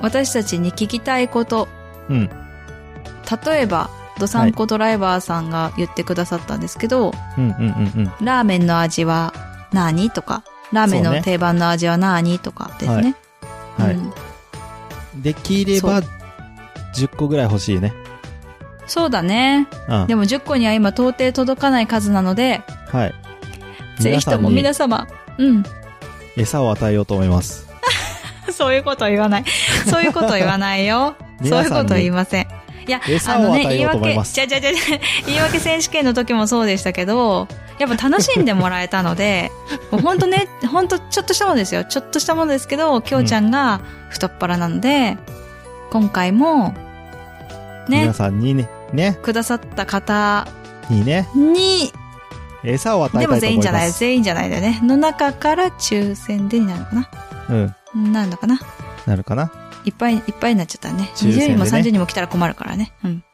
[SPEAKER 1] 私たちに聞きたいこと。
[SPEAKER 2] うん。
[SPEAKER 1] 例えば、ドサンコドライバーさんが言ってくださったんですけど、
[SPEAKER 2] うんうんうんうん。
[SPEAKER 1] ラーメンの味は何とか、ラーメン
[SPEAKER 2] そう
[SPEAKER 1] の
[SPEAKER 2] ね
[SPEAKER 1] 定番の味は何とかですね。
[SPEAKER 2] はい。
[SPEAKER 1] うん
[SPEAKER 2] できれば、10個ぐらい欲しいね。
[SPEAKER 1] そうだね。
[SPEAKER 2] うん。
[SPEAKER 1] でも10個には今到底届かない数なので、
[SPEAKER 2] はい。
[SPEAKER 1] ぜひとも皆
[SPEAKER 2] 皆さ
[SPEAKER 1] 様、うん。
[SPEAKER 2] んに餌を与えようと思います。
[SPEAKER 1] そういうことは言わ ない。そういうことは言わないよ。そう
[SPEAKER 2] 皆
[SPEAKER 1] いう
[SPEAKER 2] さ
[SPEAKER 1] こ
[SPEAKER 2] んに
[SPEAKER 1] とは言いません。いや、あ
[SPEAKER 2] 餌
[SPEAKER 1] の
[SPEAKER 2] を
[SPEAKER 1] ね、
[SPEAKER 2] 与え
[SPEAKER 1] 言い
[SPEAKER 2] ようと思い
[SPEAKER 1] 訳、
[SPEAKER 2] ます
[SPEAKER 1] じゃじゃじゃじゃ、 言い訳選手権の時もそうでしたけど、やっぱ楽しんでもらえたので、 もうほんとね、ほんとちょっとしたものですよ。ちょっとしたものですけど、きょうちゃんが太っ腹なので、今回も、ね
[SPEAKER 2] 皆、さんにね、ね、
[SPEAKER 1] くださった方
[SPEAKER 2] にね、
[SPEAKER 1] に、
[SPEAKER 2] 餌を与え
[SPEAKER 1] で
[SPEAKER 2] た
[SPEAKER 1] も
[SPEAKER 2] いと
[SPEAKER 1] 全
[SPEAKER 2] 思い
[SPEAKER 1] 員
[SPEAKER 2] ます。
[SPEAKER 1] じゃない、全員じゃないだよね。の中から抽選でになるのか
[SPEAKER 2] うん。
[SPEAKER 1] ななるのかな
[SPEAKER 2] なるかない
[SPEAKER 1] っぱいいっぱいになっちゃったらね。
[SPEAKER 2] 抽選
[SPEAKER 1] 20
[SPEAKER 2] でね
[SPEAKER 1] 人も30人も来たら困るからね。うん。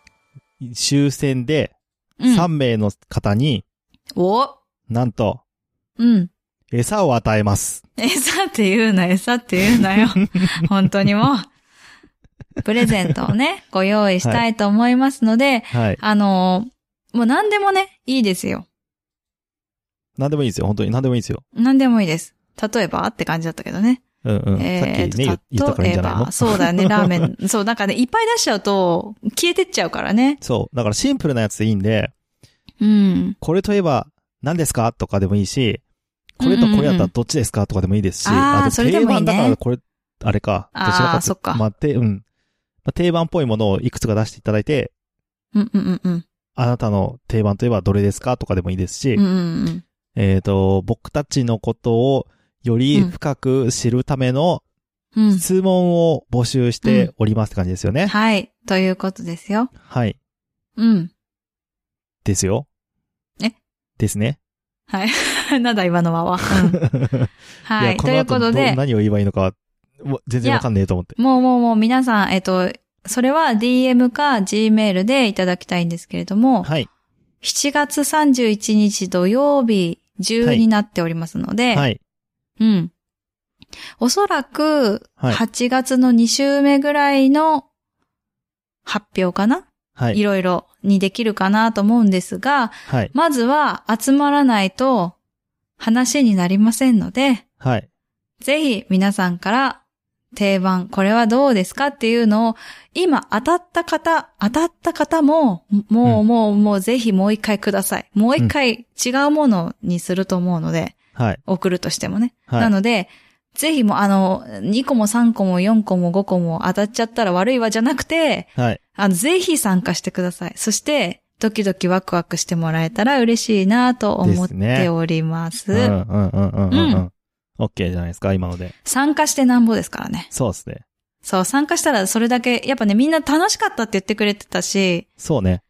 [SPEAKER 2] 抽選で、
[SPEAKER 1] うん
[SPEAKER 2] 3名の方に、
[SPEAKER 1] お
[SPEAKER 2] なんと、
[SPEAKER 1] うん。
[SPEAKER 2] 餌を与えます。
[SPEAKER 1] 餌って言うな、餌って言うな よ。本当にもう。プレゼントをね、ご用意したいと思いますので、
[SPEAKER 2] はい。
[SPEAKER 1] あのーもう何でもね、いいですよ。
[SPEAKER 2] なんでもいいですよ。本当に何でもいいですよ。
[SPEAKER 1] 何でもいいです。例えばって感じだったけどね。
[SPEAKER 2] うんうん。さっ
[SPEAKER 1] え
[SPEAKER 2] きね、言言ったからいいんじゃないの
[SPEAKER 1] そうだよね、ラーメ ン。そう、なんかね、いっぱい出しちゃうと、消えてっちゃうからね。
[SPEAKER 2] そう。だからシンプルなやつでいいんで、
[SPEAKER 1] うん。
[SPEAKER 2] これといえば何ですかとかでもいいし、これとこれだったらどっちですかとかでもいいですし、
[SPEAKER 1] うんうんうんあー
[SPEAKER 2] も
[SPEAKER 1] それでもいいね
[SPEAKER 2] 定番だからこれ、あれか。ど
[SPEAKER 1] あー
[SPEAKER 2] ちらか
[SPEAKER 1] そっか
[SPEAKER 2] まあ、て、うん。まあ定番っぽいものをいくつか出していただいて、
[SPEAKER 1] うんうんうんうん。
[SPEAKER 2] あなたの定番といえばどれですかとかでもいいですし、
[SPEAKER 1] うんうんうん。
[SPEAKER 2] えっ、と、僕たちのことをより深く知るための
[SPEAKER 1] うん。
[SPEAKER 2] 質問を募集しておりますって感じですよね。
[SPEAKER 1] はい。ということですよ。
[SPEAKER 2] はい。
[SPEAKER 1] うん。
[SPEAKER 2] ですよ。
[SPEAKER 1] え
[SPEAKER 2] ですね。
[SPEAKER 1] はい。 なんだ今のまま。 うんはい。
[SPEAKER 2] やことの
[SPEAKER 1] いう
[SPEAKER 2] 後
[SPEAKER 1] こと
[SPEAKER 2] ど
[SPEAKER 1] で、
[SPEAKER 2] 何を言えばいいのか、もう全然わかんねえと思って。
[SPEAKER 1] もうもうもう皆さん、えっと、それは DM か Gmail でいただきたいんですけれども、
[SPEAKER 2] はい。
[SPEAKER 1] 7月31日土曜日中
[SPEAKER 2] はい
[SPEAKER 1] になっておりますので、
[SPEAKER 2] はい。
[SPEAKER 1] うん。おそらく、
[SPEAKER 2] はい
[SPEAKER 1] 8月の2週目ぐらいの発表かな、、
[SPEAKER 2] はいい。
[SPEAKER 1] ろいろにできるかなと思うんですが、
[SPEAKER 2] はい。
[SPEAKER 1] まずは集まらないと話になりませんので、
[SPEAKER 2] はい。
[SPEAKER 1] ぜひ皆さんから定番、これはどうですかっていうのを、今当たった方、当たった方も、もう、
[SPEAKER 2] うん
[SPEAKER 1] もう、もうぜひもう一回ください。もう一回違うものにすると思うので、
[SPEAKER 2] はい。
[SPEAKER 1] 送るとしてもね。
[SPEAKER 2] はい
[SPEAKER 1] なので、ぜひもうあの、2個も3個も4個も5個も当たっちゃったら悪いわじゃなくて、
[SPEAKER 2] はい。
[SPEAKER 1] あの、ぜひ参加してください。そして、ドキドキワクワクしてもらえたら嬉しいなと思っております。
[SPEAKER 2] うんうんうんうんう
[SPEAKER 1] う
[SPEAKER 2] んうんん。オッケーじゃないですか、今ので。
[SPEAKER 1] 参加してなんぼですからね。
[SPEAKER 2] そうですね。
[SPEAKER 1] そう、参加したらそれだけ、やっぱね、みんな楽しかったって言ってくれてたし、
[SPEAKER 2] そうね。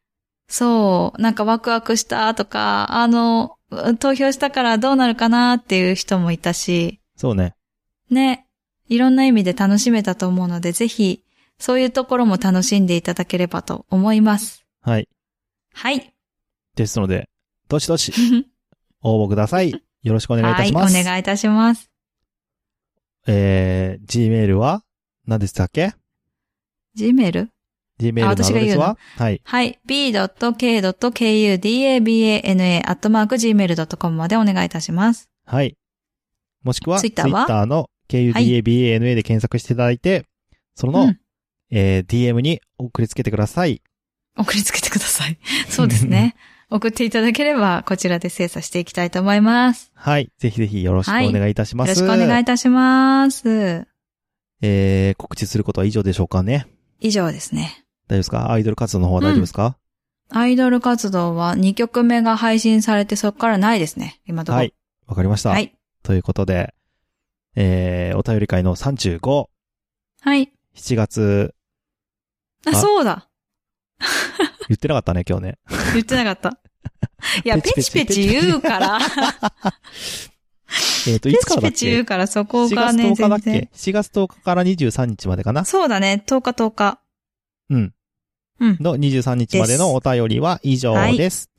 [SPEAKER 1] そう、なんかワクワクしたとか、あの、うん投票したからどうなるかなっていう人もいたし、
[SPEAKER 2] そうね。
[SPEAKER 1] ね、いろんな意味で楽しめたと思うので、ぜひ、そういうところも楽しんでいただければと思います。
[SPEAKER 2] はい。
[SPEAKER 1] はい。
[SPEAKER 2] ですので、どし どし応募ください。よろしく お願いいたします。
[SPEAKER 1] はい、お願いいたします。
[SPEAKER 2] えー、Gmail は何でしたっけ
[SPEAKER 1] Gmail?
[SPEAKER 2] Gmail のアドレスははい。
[SPEAKER 1] はい。b.k.kudabana.gmail.com までお願いいたします。
[SPEAKER 2] はい。もしくは、
[SPEAKER 1] Twitter は
[SPEAKER 2] Twitter の KUDABANA で検索していただいて、その、
[SPEAKER 1] うん
[SPEAKER 2] えー DM に送りつけてください。
[SPEAKER 1] 送りつけてください。そうですね。送っていただければ、こちらで精査していきたいと思います。
[SPEAKER 2] はい。ぜひぜひよろしくお願いいたし
[SPEAKER 1] よ
[SPEAKER 2] ま
[SPEAKER 1] ろし
[SPEAKER 2] す。
[SPEAKER 1] くお願いいたします。
[SPEAKER 2] えー、告知することは以上でしょうかね。
[SPEAKER 1] 以上ですね。
[SPEAKER 2] 大丈夫ですかアイドル活動の方は大丈夫ですか、
[SPEAKER 1] アイドル活動は2曲目が配信されてそっからないですね。今のところ。
[SPEAKER 2] はい。。わかりました。
[SPEAKER 1] はい。
[SPEAKER 2] ということで、えー、お便り会の35、
[SPEAKER 1] はい。
[SPEAKER 2] 7月、
[SPEAKER 1] あ、
[SPEAKER 2] あ
[SPEAKER 1] そうだ。
[SPEAKER 2] 言ってなかったね、今日ね。
[SPEAKER 1] 言ってなか った。いや、ペ
[SPEAKER 2] ペ
[SPEAKER 1] チ
[SPEAKER 2] チ
[SPEAKER 1] ペ
[SPEAKER 2] ペチ
[SPEAKER 1] チ言うから、
[SPEAKER 2] え っ、 と、い
[SPEAKER 1] ペ
[SPEAKER 2] つか
[SPEAKER 1] チ
[SPEAKER 2] らだっ
[SPEAKER 1] ペチ言う
[SPEAKER 2] け
[SPEAKER 1] からそこ
[SPEAKER 2] ?7
[SPEAKER 1] が
[SPEAKER 2] 月
[SPEAKER 1] ね、
[SPEAKER 2] 10日だっ
[SPEAKER 1] 全然
[SPEAKER 2] け ?7 月10日から23日までかな
[SPEAKER 1] そうだね、10日10日。
[SPEAKER 2] うん。
[SPEAKER 1] うん。
[SPEAKER 2] の23日までのお便りは以上です。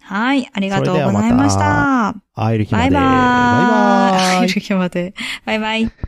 [SPEAKER 1] はい、ありがとうござい
[SPEAKER 2] それで
[SPEAKER 1] ま
[SPEAKER 2] は
[SPEAKER 1] した。
[SPEAKER 2] ま会える日
[SPEAKER 1] バ
[SPEAKER 2] ま
[SPEAKER 1] イ
[SPEAKER 2] で。
[SPEAKER 1] バーイ。
[SPEAKER 2] バイバーイ。
[SPEAKER 1] イ。バイバイ。